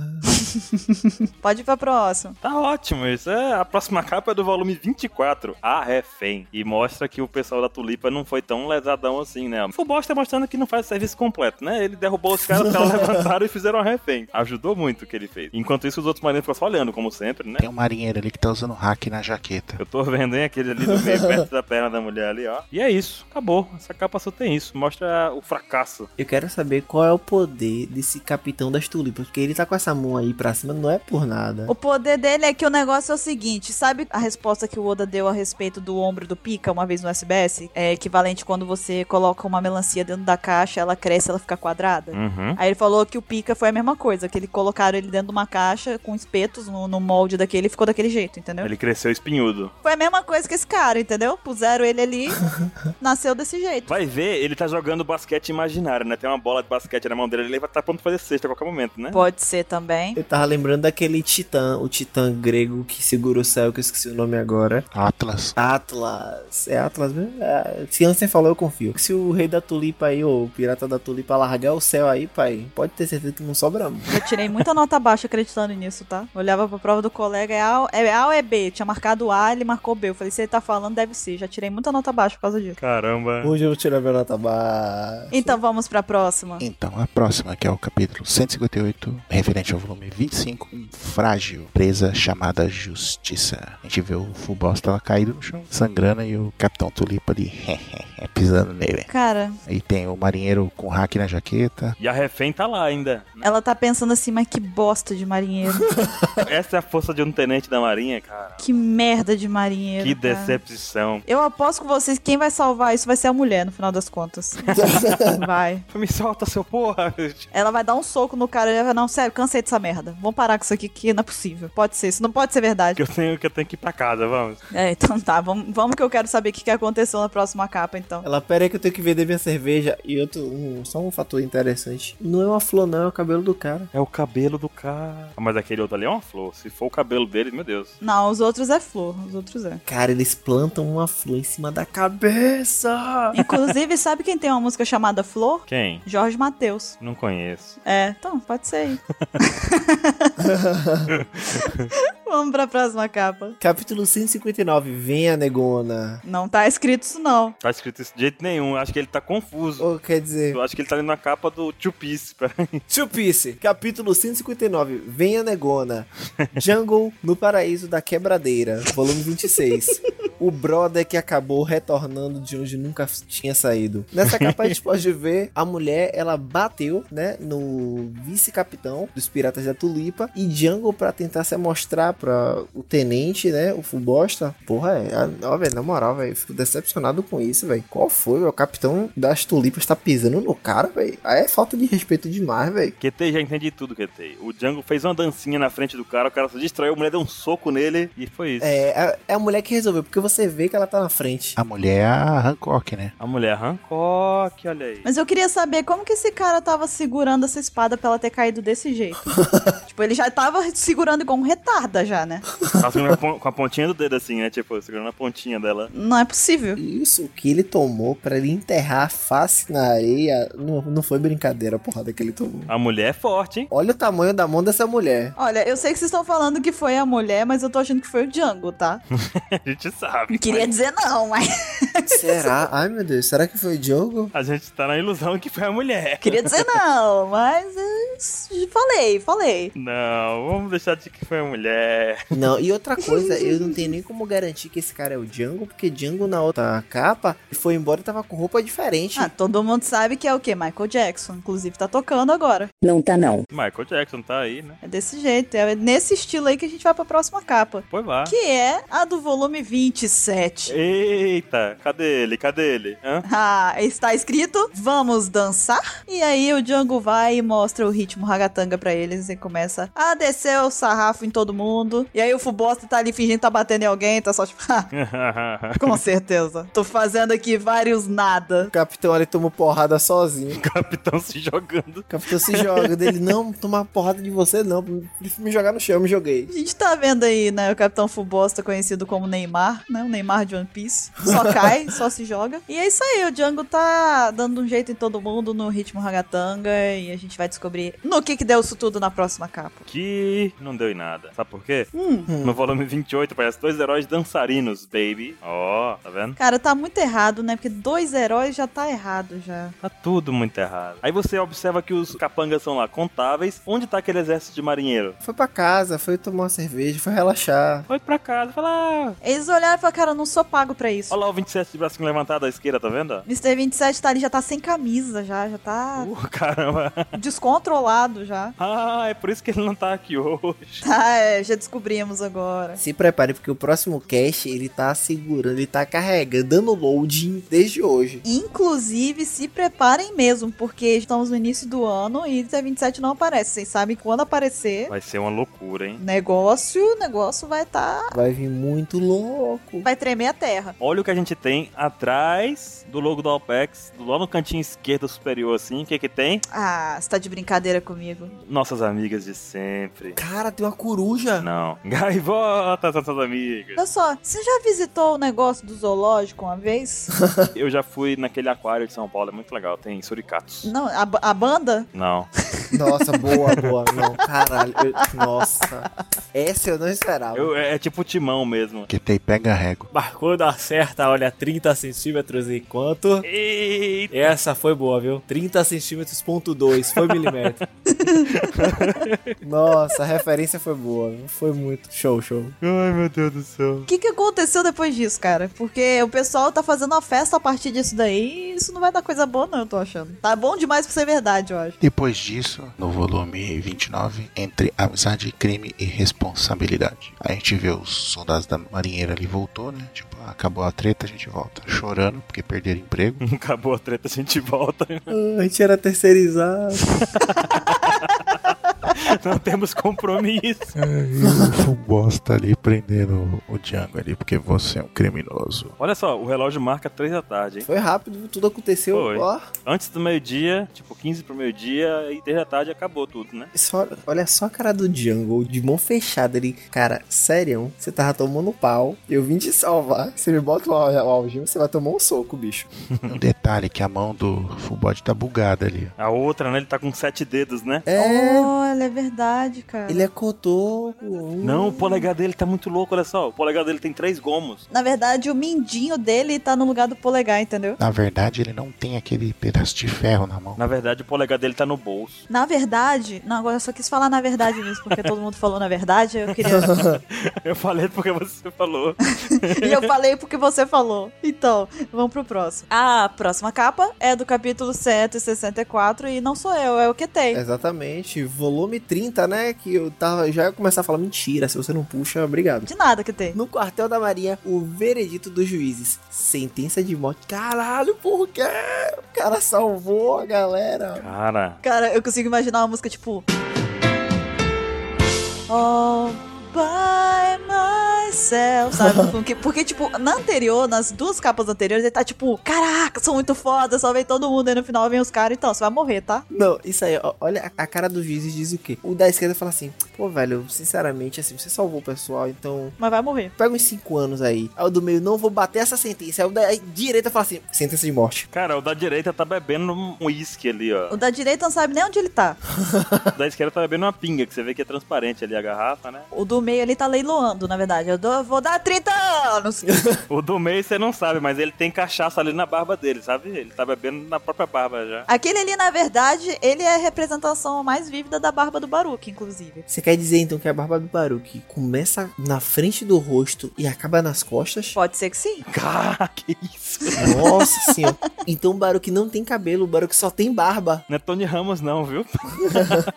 Pode ir pra próxima.
Tá ótimo isso. É, a próxima capa é do volume 24, A Refém. E mostra que o pessoal da Tulipa não foi tão lesadão assim, né? O Fubosta mostrando que não faz o serviço completo, né? Ele derrubou os caras, os caras levantaram e fizeram a refém. Ajudou muito o que ele fez. Enquanto isso, os outros marinheiros ficam só olhando, como sempre, né?
Tem um marinheiro ali que tá usando passando hack na jaqueta.
Eu tô vendo, hein, aquele ali do meio, perto da perna da mulher ali, ó. E é isso, acabou. Essa capa só tem isso. Mostra o fracasso.
Eu quero saber qual é o poder desse capitão das tulipas, porque ele tá com essa mão aí pra cima, não é por nada.
O poder dele é que o negócio é o seguinte, sabe a resposta que o Oda deu a respeito do ombro do pica uma vez no SBS? É equivalente quando você coloca uma melancia dentro da caixa, ela cresce, ela fica quadrada.
Uhum.
Aí ele falou que o pica foi a mesma coisa, que ele colocaram ele dentro de uma caixa com espetos no, no molde daquele e ficou daquele jeito, entendeu?
Ele cresceu espinhudo.
Foi a mesma coisa que esse cara, entendeu? Puseram ele ali, nasceu desse jeito.
Vai ver, ele tá jogando basquete imaginário, né? Tem uma bola de basquete na mão dele, ele vai estar pronto pra fazer cesta a qualquer momento, né?
Pode ser também.
Eu tava lembrando daquele titã, o titã grego que segura o céu, que eu esqueci o nome agora.
Atlas.
Atlas. É Atlas mesmo? É, se Ansem falou, eu confio. Se o rei da tulipa aí, ou o pirata da tulipa, largar o céu aí, pai, pode ter certeza que não um. sobramos.
Eu tirei muita nota baixa acreditando nisso, tá? Olhava pra prova do colega, é A, ou- é A ou é B? Tinha marcado A, ele marcou B. Eu falei, se ele tá falando, deve ser. Já tirei muita nota baixa por causa disso.
Caramba.
Hoje eu vou tirar minha nota baixa.
Então vamos pra próxima.
Então, a próxima, que é o capítulo 158, referente ao volume 25, um frágil presa chamada Justiça. A gente vê o Fubosta lá caído no chão, sangrando, e o Capitão Tulipa ali é, pisando nele.
Cara,
Aí tem o marinheiro com hack na jaqueta.
E a refém tá lá ainda.
ela tá pensando assim, mas que bosta de marinheiro.
Essa é a força de um tenente da marinha, cara.
que merda de marinheiro.
Que
cara.
decepção.
Eu aposto com vocês que quem vai salvar isso vai ser a mulher, no final das contas. vai.
Me solta, seu porra.
Ela vai dar um soco no cara e vai falar, não, sério, cansei dessa merda. Vamos parar com isso aqui que não é possível. Pode ser, isso não pode ser verdade.
Que eu tenho que eu tenho que ir pra casa, vamos.
É, então tá, vamos, vamos que eu quero saber o que, que aconteceu na próxima capa, então.
Ela, pera aí que eu tenho que vender minha cerveja. E outro, um- só um fator interessante. Não é uma flor, não, é o cabelo do cara.
É o cabelo do cara. Ah, Mas aquele outro ali é uma flor. Se for o cabelo dele, meu Deus.
Não, os outros é flor, os outros é.
Cara, eles plantam uma flor em cima da cabeça.
Inclusive, sabe quem tem uma música chamada Flor?
Quem?
Jorge Mateus.
Não conheço.
É, então, pode ser aí. Vamos pra próxima capa.
Capítulo 159. Vem a negona.
Não tá escrito isso, não.
Tá escrito isso de jeito nenhum. Acho que ele tá confuso.
Ou quer dizer,
Eu acho que ele tá lendo a capa do Two Piece. Peraí.
Two Piece, capítulo 159, Venha Negona, Jungle no Paraíso da Quebradeira, volume 26. O brother que acabou retornando de onde nunca tinha saído. Nessa capa a gente pode ver a mulher, ela bateu, né, no vice-capitão dos Piratas da Tulipa e Jungle pra tentar se amostrar pra o tenente, né, o Fubosta. Porra, é, ah, ó, velho, na moral, velho, fico decepcionado com isso, velho. Qual foi, velho? O capitão das Tulipas tá pisando no cara, velho. Aí é falta de respeito demais, velho.
QT já entende tudo, QT. O Django fez uma dancinha na frente do cara, o cara se distraiu, a mulher deu um soco nele e foi isso.
É, é- é a mulher que resolveu, porque você vê que ela tá na frente.
A mulher é a Hancock, né?
A mulher Hancock, olha aí.
Mas eu queria saber como que esse cara tava segurando essa espada pra ela ter caído desse jeito. tipo, ele já tava segurando igual um retarda já, né?
Tá segurando com a pon- com a pontinha do dedo assim, né? Tipo, segurando a pontinha dela.
Não é possível.
Isso que ele tomou pra ele enterrar a face na areia, não, não foi brincadeira a porrada que ele tomou.
A mulher é forte, hein?
Olha o tamanho da mão dessa mulher.
Olha, eu sei que vocês estão falando que foi a mulher, mas eu tô achando que foi o Django, tá?
A gente sabe.
Não queria dizer não, mas
Será? Ai meu Deus, será que foi o Diogo?
A gente tá na ilusão que foi a mulher.
queria dizer não, mas eh, falei, falei.
Não, vamos deixar de que foi a mulher.
Não, e outra coisa, eu não tenho nem como garantir que esse cara é o Django, porque Django na outra capa foi embora e tava com roupa diferente.
Ah, todo mundo sabe que é o quê? Michael Jackson. Inclusive tá tocando agora.
Não tá não.
Michael Jackson tá aí, né?
É desse jeito, é nesse estilo aí que a gente vai pra próxima capa.
Pois vá.
Que é a do volume 27.
Eita, cadê ele? Cadê ele? Hã?
Ah, está escrito Vamos dançar? E aí o Django vai e mostra o ritmo ragatanga pra eles e começa a descer o sarrafo em todo mundo. E aí o Fubosta tá ali fingindo que tá batendo em alguém, tá só tipo, "Ah, com certeza. Tô fazendo aqui vários nada.
O capitão ali tomou porrada sozinho.
o capitão se jogando.
O capitão se joga dele, não, tomar porrada de você não, prefiro me jogar no chão, eu me joguei.
A gente tá vendo aí, né, o Capitão Fubosta, conhecido como Neymar, né, o Neymar de One Piece. Só cai vai, só se joga. E é isso aí, o Django tá dando um jeito em todo mundo no ritmo ragatanga e a gente vai descobrir no que que deu isso tudo na próxima capa.
Que não deu em nada. Sabe por quê? No volume 28 parece dois heróis dançarinos, baby. Ó, tá vendo?
Cara, tá muito errado, né? Porque dois heróis já tá errado já.
Tá tudo muito errado. Aí você observa que os capangas são lá contáveis. Onde tá aquele exército de marinheiro?
Foi pra casa, foi tomar uma cerveja, foi relaxar.
Foi pra casa, fala. "Ah,
Eles olharam e falaram, cara, eu não sou pago pra isso.
Olha lá o 27 de bracinho levantado à esquerda, tá vendo?
Mr. 27 tá ali, já tá sem camisa já, já tá
Uh, caramba.
descontrolado já.
Ah, é por isso que ele não tá aqui hoje.
Tá, é, já descobrimos agora.
Se prepare, porque o próximo cast ele tá segurando, ele tá carregando, dando loading desde hoje.
Inclusive, se preparem mesmo, porque estamos no início do ano e Mr. 27 não aparece. Vocês sabem quando aparecer,
Vai ser uma loucura, hein?
negócio, negócio vai tá...
Vai vir muito louco.
Vai tremer a terra.
Olha o que a gente tem atrás do logo do Alpex, lá no cantinho esquerdo superior, assim. O que que tem?
Ah, você tá de brincadeira comigo.
Nossas amigas de sempre.
Cara, tem uma coruja.
Não. Gaivotas, nossas amigas.
Olha só, você já visitou o negócio do zoológico uma vez?
Eu já fui naquele aquário de São Paulo, é muito legal. Tem suricatos.
Não, a, ba- a banda?
Não.
Nossa, boa, boa. Não, caralho. eu- nossa. Essa eu não esperava.
Eu- é, é tipo timão mesmo.
Que tem pega régua.
Mas quando acerta, olha, 30 centímetros e quanto?
Eita.
Essa foi boa, viu? 30 centímetros ponto 2, foi milímetro.
Nossa, a referência foi boa. Foi muito. Show, show.
Ai, meu Deus do céu.
O que, que aconteceu depois disso, cara? Porque o pessoal tá fazendo uma festa a partir disso daí e isso não vai dar coisa boa, não, eu tô achando. Tá bom demais pra ser verdade, eu acho.
Depois disso, no volume 29, entre amizade, crime e responsabilidade. A gente vê os soldados da marinheira ali voltou, né? Tipo, ah, acabou a treta, a gente volta. Chorando porque perderam emprego.
Acabou a treta, a gente volta.
Ah, a gente era terceirizado.
Não temos compromisso.
o é um bosta ali prendendo o Django ali, porque você é um criminoso.
Olha só, o relógio marca 3 da tarde, hein?
Foi rápido, tudo aconteceu.
Foi.
Ó,
Antes do meio-dia, tipo 15 pro meio-dia, e 3 da tarde acabou tudo, né?
só- olha só a cara do Jungle, de mão fechada. Ele, cara, sério, você tava tomando pau. Eu vim te salvar. Você me bota uma uma algema, você vai tomar um soco, bicho.
Um detalhe que a mão do Fubode tá bugada ali.
A outra, né? Ele tá com sete dedos, né?
É,
Olha, é verdade, cara.
ele é cotoco.
Não, o polegar dele tá muito louco, olha só. O polegar dele tem três gomos.
Na verdade, o mindinho dele tá no lugar do polegar, entendeu?
Na verdade, ele não tem aquele pedaço de ferro na mão.
Na verdade, o polegar dele tá no bolso.
Na verdade, não, agora eu só quis falar na verdade mesmo, porque todo mundo falou na verdade, eu queria.
Eu falei porque você falou.
e eu falei porque você falou. Então, vamos pro próximo. A próxima capa é do capítulo 164 e não sou eu, é o que tem.
Exatamente, volume 30, né? Que eu tava, já ia começar a falar mentira. Se você não puxa, obrigado.
De nada que tem.
No quartel da Marinha, o veredito dos juízes. Sentença de morte. Caralho, por quê? O cara salvou a galera.
Cara,
Cara, eu consigo imaginar uma música tipo. All by myself, sabe? Porque, porque, tipo, na anterior, nas duas capas anteriores, ele tá tipo, caraca, sou muito foda, só vem todo mundo, aí no final vem os caras, então, você vai morrer, tá?
Não, isso aí, ó, olha a a cara dos juízes diz o quê? O da esquerda fala assim: pô, velho, sinceramente, assim, você salvou o pessoal, então.
Mas vai morrer.
Pega uns 5 anos aí. Aí o do meio, não vou bater essa sentença. Aí o da direita fala assim: sentença de morte.
cara, o da direita tá bebendo um uísque ali, ó.
O da direita não sabe nem onde ele tá.
O da esquerda tá bebendo uma pinga, que você vê que é transparente ali a garrafa, né?
O do meio ali tá leiloando, na verdade. Eu dou- vou dar 30 anos.
O do meio você não sabe, mas ele tem cachaça ali na barba dele, sabe? Ele tá bebendo na própria barba já.
Aquele ali, na verdade, ele é a representação mais vívida da barba do Baruque, inclusive.
Você quer dizer então que a barba do Baruque começa na frente do rosto e acaba nas costas?
Pode ser que sim.
Cara, que isso?
Nossa senhora. Então o Baruque não tem cabelo, o Baruque só tem barba.
Não é Tony Ramos, não, viu?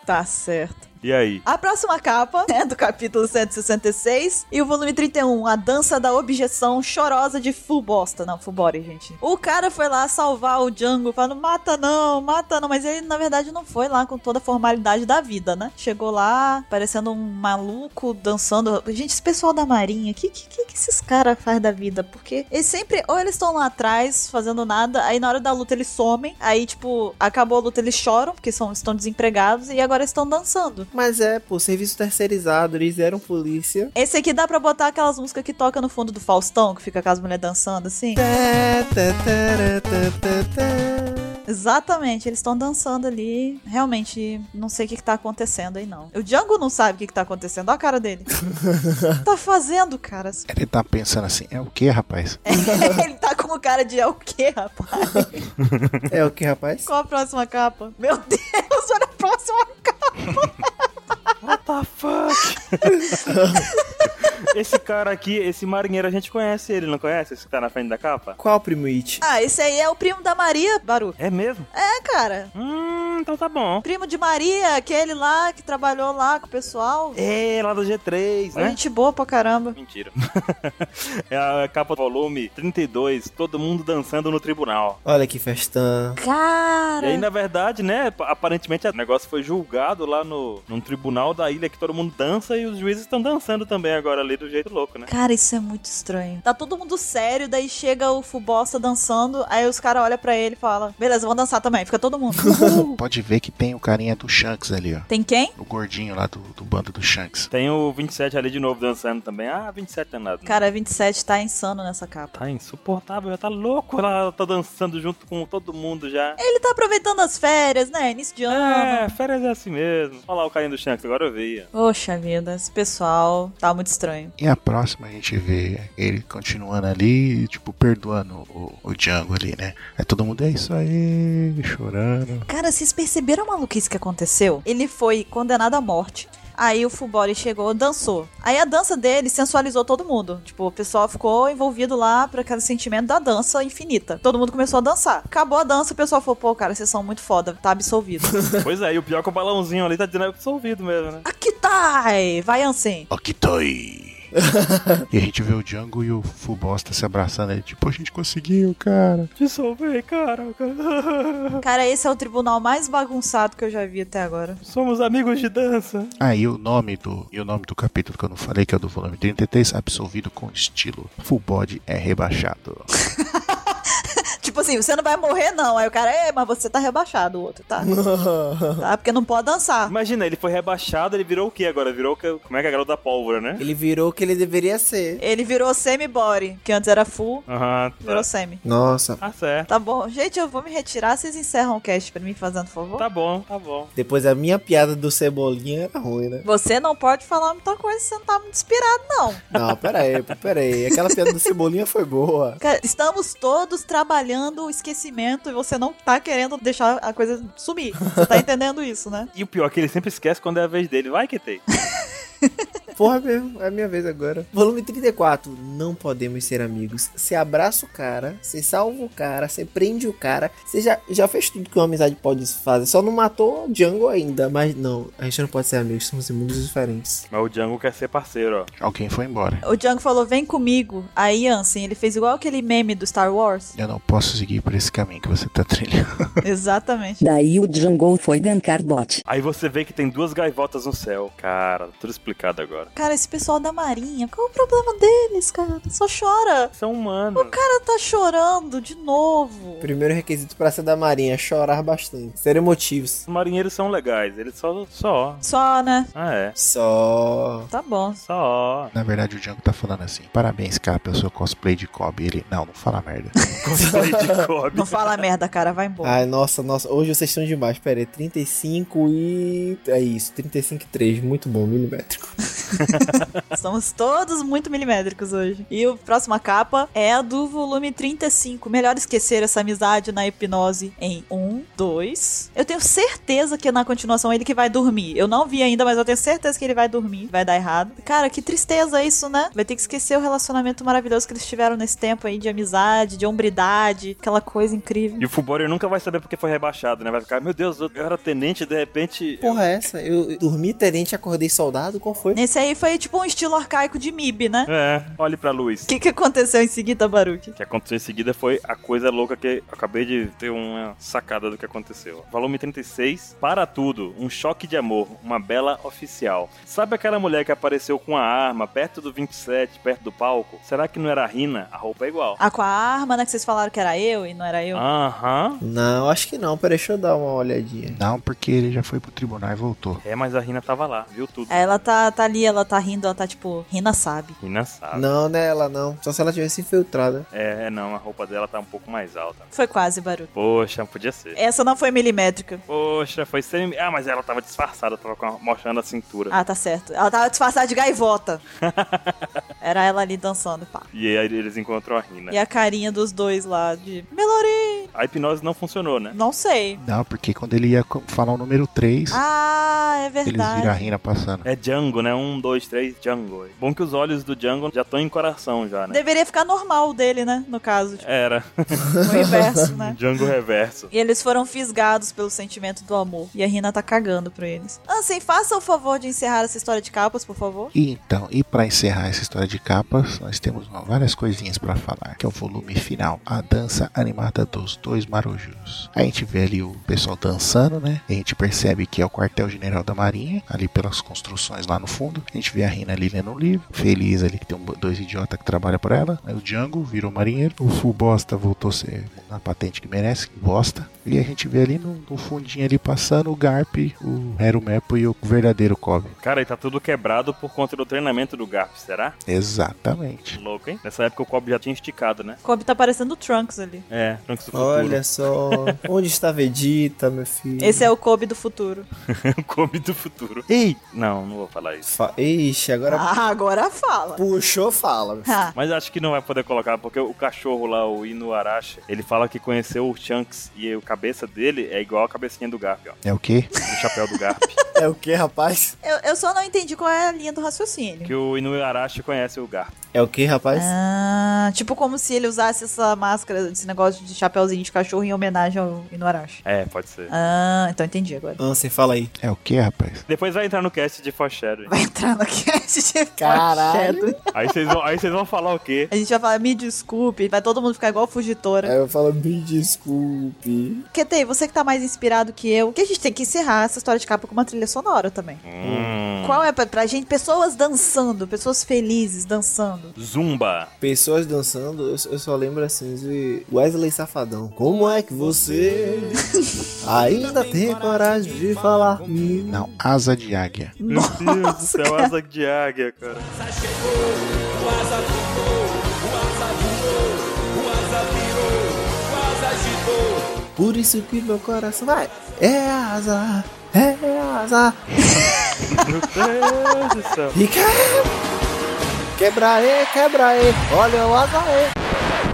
Tá certo.
E aí?
A próxima capa é do capítulo 166 e o volume 31, A Dança da Objeção Chorosa de Fubosta. Não, Fubori, gente. O cara foi lá salvar o Django, falando, mata não, mata não. Mas ele, na verdade, não foi lá com toda a formalidade da vida, né? Chegou lá, parecendo um maluco, dançando. Gente, esse pessoal da marinha, o que, que, que- que esses caras fazem da vida? Porque eles sempre, ou eles estão lá atrás, fazendo nada, aí na hora da luta eles somem, aí, tipo, acabou a luta, eles choram, porque são, estão desempregados, e agora estão dançando.
Mas é, pô, serviço terceirizado, eles eram polícia.
Esse aqui dá pra botar aquelas músicas que toca no fundo do Faustão, que fica com as mulheres dançando assim.
É.
Tá, tá, tá, tá, tá, tá.
Exatamente, eles estão dançando ali. Realmente, não sei o que, que tá acontecendo aí, não. O Django não sabe o que, que tá acontecendo, olha a cara dele. tá fazendo, cara.
Ele tá pensando assim, é o que, rapaz?
Ele tá com o cara de é o quê, rapaz?
É o que, rapaz?
Qual a próxima capa? Meu Deus, olha a próxima capa.
What the fuck? esse cara aqui, esse marinheiro, a gente conhece ele, não conhece? Esse que tá na frente da capa?
Qual, primo It?
Ah, esse aí é o primo da Maria, Baru.
É mesmo?
É, cara.
Hum, então tá bom.
Primo de Maria, aquele lá que trabalhou lá com o pessoal.
É, lá do G3, né?
Gente boa pra caramba.
Mentira. é a capa do volume 32, todo mundo dançando no tribunal.
Olha que festão.
Cara.
E aí, na verdade, né, aparentemente o negócio foi julgado lá no, num tribunal da ilha que todo mundo dança e os juízes estão dançando também agora ali do jeito louco, né?
Cara, isso é muito estranho. Tá todo mundo sério, daí chega o fubosta dançando, aí os caras olham pra ele e falam: Beleza, vou dançar também, fica todo mundo.
Pode ver que tem o carinha do Shanks ali, ó.
Tem quem?
O gordinho lá do, do bando do Shanks.
Tem o 27 ali de novo dançando também. Ah, 27 danado.
Cara, 27 tá insano nessa capa.
Tá insuportável, já tá louco. Ela tá dançando junto com todo mundo já.
Ele tá aproveitando as férias, né? Início de ano.
É, férias é assim mesmo. Olha lá o carinho do Shanks, agora eu vi.
Poxa vida, esse pessoal tá muito estranho.
E a próxima a gente vê ele continuando ali, tipo, perdoando o, o Django ali, né? Aí todo mundo é isso aí, chorando.
Cara, vocês perceberam a maluquice que aconteceu? Ele foi condenado à morte. Aí o Fubori chegou, dançou. Aí a dança dele sensualizou todo mundo. Tipo, o pessoal ficou envolvido lá por aquele sentimento da dança infinita. Todo mundo começou a dançar. Acabou a dança, o pessoal falou: pô, cara, vocês são muito foda, tá absolvido.
pois é, e o pior é que o balãozinho ali tá dizendo absolvido mesmo, né?
Aqui tá! Vai, Ansem.
Okitoi. e a gente vê o Django e o Fubosta se abraçando ali, tipo, a gente conseguiu, cara.
Dissolvei, cara. cara.
Cara, esse é o tribunal mais bagunçado que eu já vi até agora.
Somos amigos de dança.
Ah, e o nome do, e o nome do capítulo que eu não falei, que é o do volume 33, absolvido com estilo. Full body é rebaixado.
Tipo assim, você não vai morrer, não. Aí o cara, é, mas você tá rebaixado, o outro, tá? tá? Porque não pode dançar.
Imagina, ele foi rebaixado, ele virou o quê agora? Virou o que- como é que é a garota da pólvora, né?
Ele virou o que ele deveria ser.
Ele virou semi-body, que antes era full,
Aham,
virou
tá.
semi.
Nossa.
tá certo.
Tá bom, gente, eu vou me retirar. Vocês encerram o cast pra mim, fazendo favor?
Tá bom, tá bom.
Depois a minha piada do Cebolinha era ruim, né?
Você não pode falar muita coisa, você não tá muito inspirado, não.
Não, pera aí, pô, pera aí. Aquela piada do Cebolinha foi boa.
Cara, estamos todos trabalhando o esquecimento e você não tá querendo deixar a coisa sumir. Você tá entendendo isso, né?
E o pior é que ele sempre esquece quando é a vez dele. Vai que tem.
Porra mesmo, é a minha vez agora. Volume 34. Não podemos ser amigos. Você abraça o cara, você salva o cara, você prende o cara. Você já, já fez tudo que uma amizade pode fazer. Só não matou o Django ainda. Mas não, a gente não pode ser amigos, somos em mundos diferentes.
Mas o Django quer ser parceiro, ó.
Alguém foi embora.
O Django falou, vem comigo. Aí, Ansem, ele fez igual aquele meme do Star Wars.
Eu não posso seguir por esse caminho que você tá trilhando.
Exatamente.
Daí o Django foi gankar bot.
Aí você vê que tem duas gaivotas no céu. Cara, tudo explicado agora.
Cara, esse pessoal da marinha, qual o problema deles, cara? Só chora.
São humanos.
O cara tá chorando de novo.
Primeiro requisito pra ser da Marinha: é chorar bastante. Ser emotivos.
Os marinheiros são legais. Eles só. Só.
Só, né?
Ah, é.
Só.
Tá bom.
Só.
Na verdade, o Django tá falando assim: parabéns, cara, pelo seu cosplay de Kobe. Ele, não, não fala merda.
Gostei de Kobe.
Não fala merda, cara, vai embora.
Ai, nossa, nossa, hoje vocês estão demais. Pera aí, 35 e. É isso, 35 e 3. Muito bom, milimétrico.
Estamos todos muito milimétricos hoje. E a próxima capa é a do volume 35. Melhor esquecer essa amizade na hipnose em 1, 2. Eu tenho certeza que é na continuação ele que vai dormir. Eu não vi ainda, mas eu tenho certeza que ele vai dormir. Vai dar errado. Cara, que tristeza isso, né? Vai ter que esquecer o relacionamento maravilhoso que eles tiveram nesse tempo aí de amizade, de hombridade, aquela coisa incrível.
E o Fubori nunca vai saber porque foi rebaixado, né? Vai ficar, meu Deus, eu era tenente de repente.
Porra, é essa? Eu eu dormi tenente, acordei soldado? Qual foi?
Nesse aí foi tipo um estilo arcaico de MIB, né?
É, olhe pra luz.
O que, que aconteceu em seguida, Baruque?
O que aconteceu em seguida foi a coisa louca que eu acabei de ter uma sacada do que aconteceu. Volume 36, para tudo, um choque de amor, uma bela oficial. Sabe aquela mulher que apareceu com a arma perto do 27, perto do palco? Será que não era a Rina? A roupa é igual.
Ah, com a arma, né? Que vocês falaram que era eu e não era eu.
Aham.
Não, acho que não. Peraí, deixa eu dar uma olhadinha.
Não, porque ele já foi pro tribunal e voltou.
É, mas a Rina tava lá, viu tudo.
Aí Ela tá, tá ali, ela tá rindo, ela tá tipo, Rina sabe.
Rina sabe.
Não, não é ela não. Só se ela tivesse infiltrada.
É, não, a roupa dela tá um pouco mais alta.
Foi quase, Baruque.
Poxa, podia ser.
Essa não foi milimétrica.
Poxa, foi sem. Ah, mas ela tava disfarçada, tava com a- mostrando a cintura.
Ah, tá certo. Ela tava disfarçada de gaivota. Era ela ali dançando, pá.
E aí eles encontram a Rina.
E a carinha dos dois lá de Melody,
A hipnose não funcionou, né?
não sei.
Não, porque quando ele ia co- falar o número 3,
Ah, é
eles viram a
verdade.
Rina passando.
É Django, né? Um, dois, três, Django. Bom que os olhos do Django já estão em coração já, né?
Deveria ficar normal o dele, né? No caso, tipo,
Era.
no inverso, né?
Django reverso.
E eles foram fisgados pelo sentimento do amor. E a Rina tá cagando pra eles. Ansem, faça o favor de encerrar essa história de capas, por favor.
E então, e pra encerrar essa história de capas, nós temos uma- várias coisinhas pra falar, que é o volume final, a dança animada dos dois marujos. A gente vê ali o pessoal dançando, né? A gente percebe que é o quartel-general da Marinha, ali pelas construções lá no fundo. A gente vê a Rina ali lendo um livro, feliz ali que tem um- dois idiotas que trabalham pra ela. Aí o Django virou marinheiro, o Full Bosta voltou a ser na patente que merece, que bosta. E a gente vê ali no, no fundinho ali passando o Garp, o Hero Mepo e o verdadeiro Cobb.
Cara, e tá tudo quebrado por conta do treinamento do Garp, será?
Exatamente.
Louco, hein? Nessa época o Cobb já tinha esticado, né?
Kobe tá parecendo o Trunks ali.
É, Trunks do futuro.
Olha só. Onde está Vegeta, meu filho?
Esse é o Kobe do futuro.
o Cobb do futuro. Ei! Não, não vou falar isso.
Fa... Ixi, agora
Ah, agora fala.
puxou, fala.
Ah,
Mas acho que não vai poder colocar, porque o cachorro lá, o Inuarashi, ele fala que conheceu o Shanks e a cabeça dele é igual a cabecinha do Garp, ó.
É o quê?
O chapéu do Garp.
É o que, rapaz?
eu, eu só não entendi qual é a linha do raciocínio.
que o Inuarashi conhece o Garp.
É o que, rapaz?
Ah, tipo como se ele usasse essa máscara, esse negócio de chapéuzinho de cachorro em homenagem ao Inuarashi.
É, pode ser.
Ah, então entendi agora.
Ansem, fala aí.
É o que, rapaz?
Depois vai entrar no cast de Foreshadowing.
Vai entrar no cast de
Caralho.
foreshadow.
Aí vocês vão, aí vocês vão falar o quê?
A gente vai falar, me desculpe, vai todo mundo ficar igual fugitora.
É, eu falo, me
É.
desculpe.
Ketei, você que tá mais inspirado que eu, que a gente tem que encerrar essa história de capa com uma trilha sonora também.
Hum.
Qual é pra, pra gente? Pessoas dançando, pessoas felizes dançando.
Zumba.
Pessoas dançando, eu, eu só lembro assim de Wesley Safadão. Como é que você ainda tem coragem de falar comigo?
Não, asa de águia.
Meu Deus do céu, asa de águia, cara.
Por isso que meu coração vai. É asa, é asa.
Meu Deus do céu.
E quebra! Quebra aí, quebra aí. Olha o asa aí.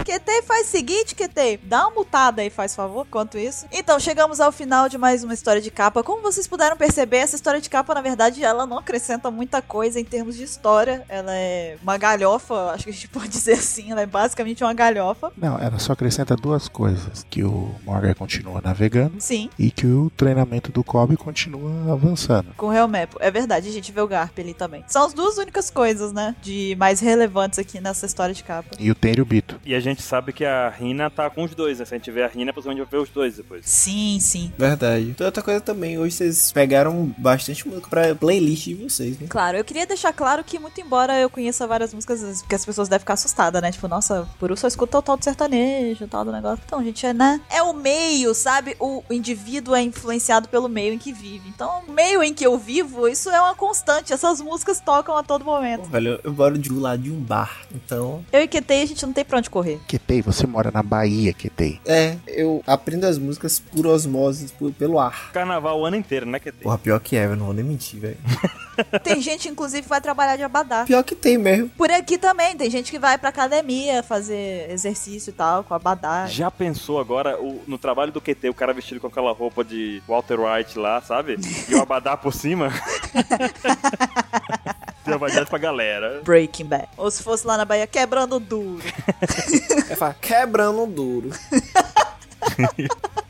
Ketei faz o seguinte, Ketei, dá uma mutada aí, faz favor, quanto isso. Então, chegamos ao final de mais uma história de capa. Como vocês puderam perceber, essa história de capa, na verdade, ela não acrescenta muita coisa em termos de história. Ela é uma galhofa, acho que a gente pode dizer assim, ela é basicamente uma galhofa.
Não, ela só acrescenta duas coisas: que o Morgan continua navegando
Sim.
e que o treinamento do Cobb continua avançando.
Com o Real Map. É verdade, a gente vê o Garp ali também. São as duas únicas coisas, né? De mais relevantes aqui nessa história de capa.
E o Tenry e o Bito.
E a gente sabe que a Rina tá com os dois, né? Se a gente vê a Rina, possivelmente vai ver os dois depois.
Sim, sim.
Verdade. Então, outra coisa também, hoje vocês pegaram bastante música pra playlist de vocês, né?
Claro, eu queria deixar claro que, muito embora eu conheça várias músicas, porque as pessoas devem ficar assustadas, né? Tipo, nossa, por isso eu escuto tal, tal de sertanejo, tal do negócio. Então, gente, é, né? É o meio, sabe? O indivíduo é influenciado pelo meio em que vive. Então, o meio em que eu vivo, isso é uma constante. Essas músicas tocam a todo
Pô,
momento.
Velho, eu moro de um lado de um bar, então...
Eu e Ketei, a gente não tem pra onde correr.
Ketei, você mora na Bahia, Ketei.
É, eu aprendo as músicas por osmose, por- pelo ar.
Carnaval o ano inteiro, né, que tem?
Porra, pior que é, eu não vou nem mentir, velho.
Tem gente, inclusive, que vai trabalhar de abadá.
Pior que tem mesmo.
Por aqui também, tem gente que vai pra academia fazer exercício e tal, com abadá.
Já pensou agora o- no trabalho do QT, o cara vestido com aquela roupa de Walter White lá, sabe? E o abadá por cima? Tem abadá pra galera.
Breaking Bad. Ou se fosse lá na Bahia, quebrando duro.
É falar, quebrando duro.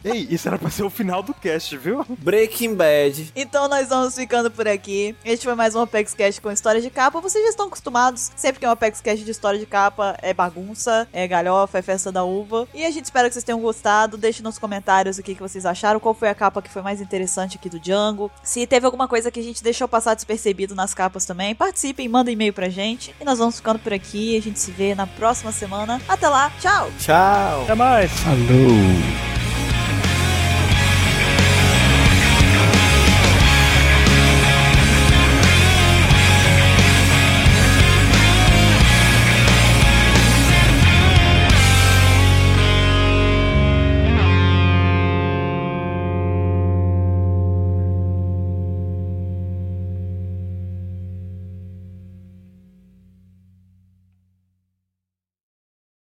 Ei, isso era pra ser o final do cast, viu?
Breaking Bad.
Então nós vamos ficando por aqui. Este foi mais um Apex Cash com história de capa. Vocês já estão acostumados, sempre que é um Apex Cash de história de capa, é bagunça, é galhofa, é festa da uva. E a gente espera que vocês tenham gostado. Deixe nos comentários o que, que vocês acharam, qual foi a capa que foi mais interessante aqui do Django. Se teve alguma coisa que a gente deixou passar despercebido nas capas também, participem, mandem e-mail pra gente. E nós vamos ficando por aqui. A gente se vê na próxima semana. Até lá, tchau!
Tchau.
Até mais!
Falou!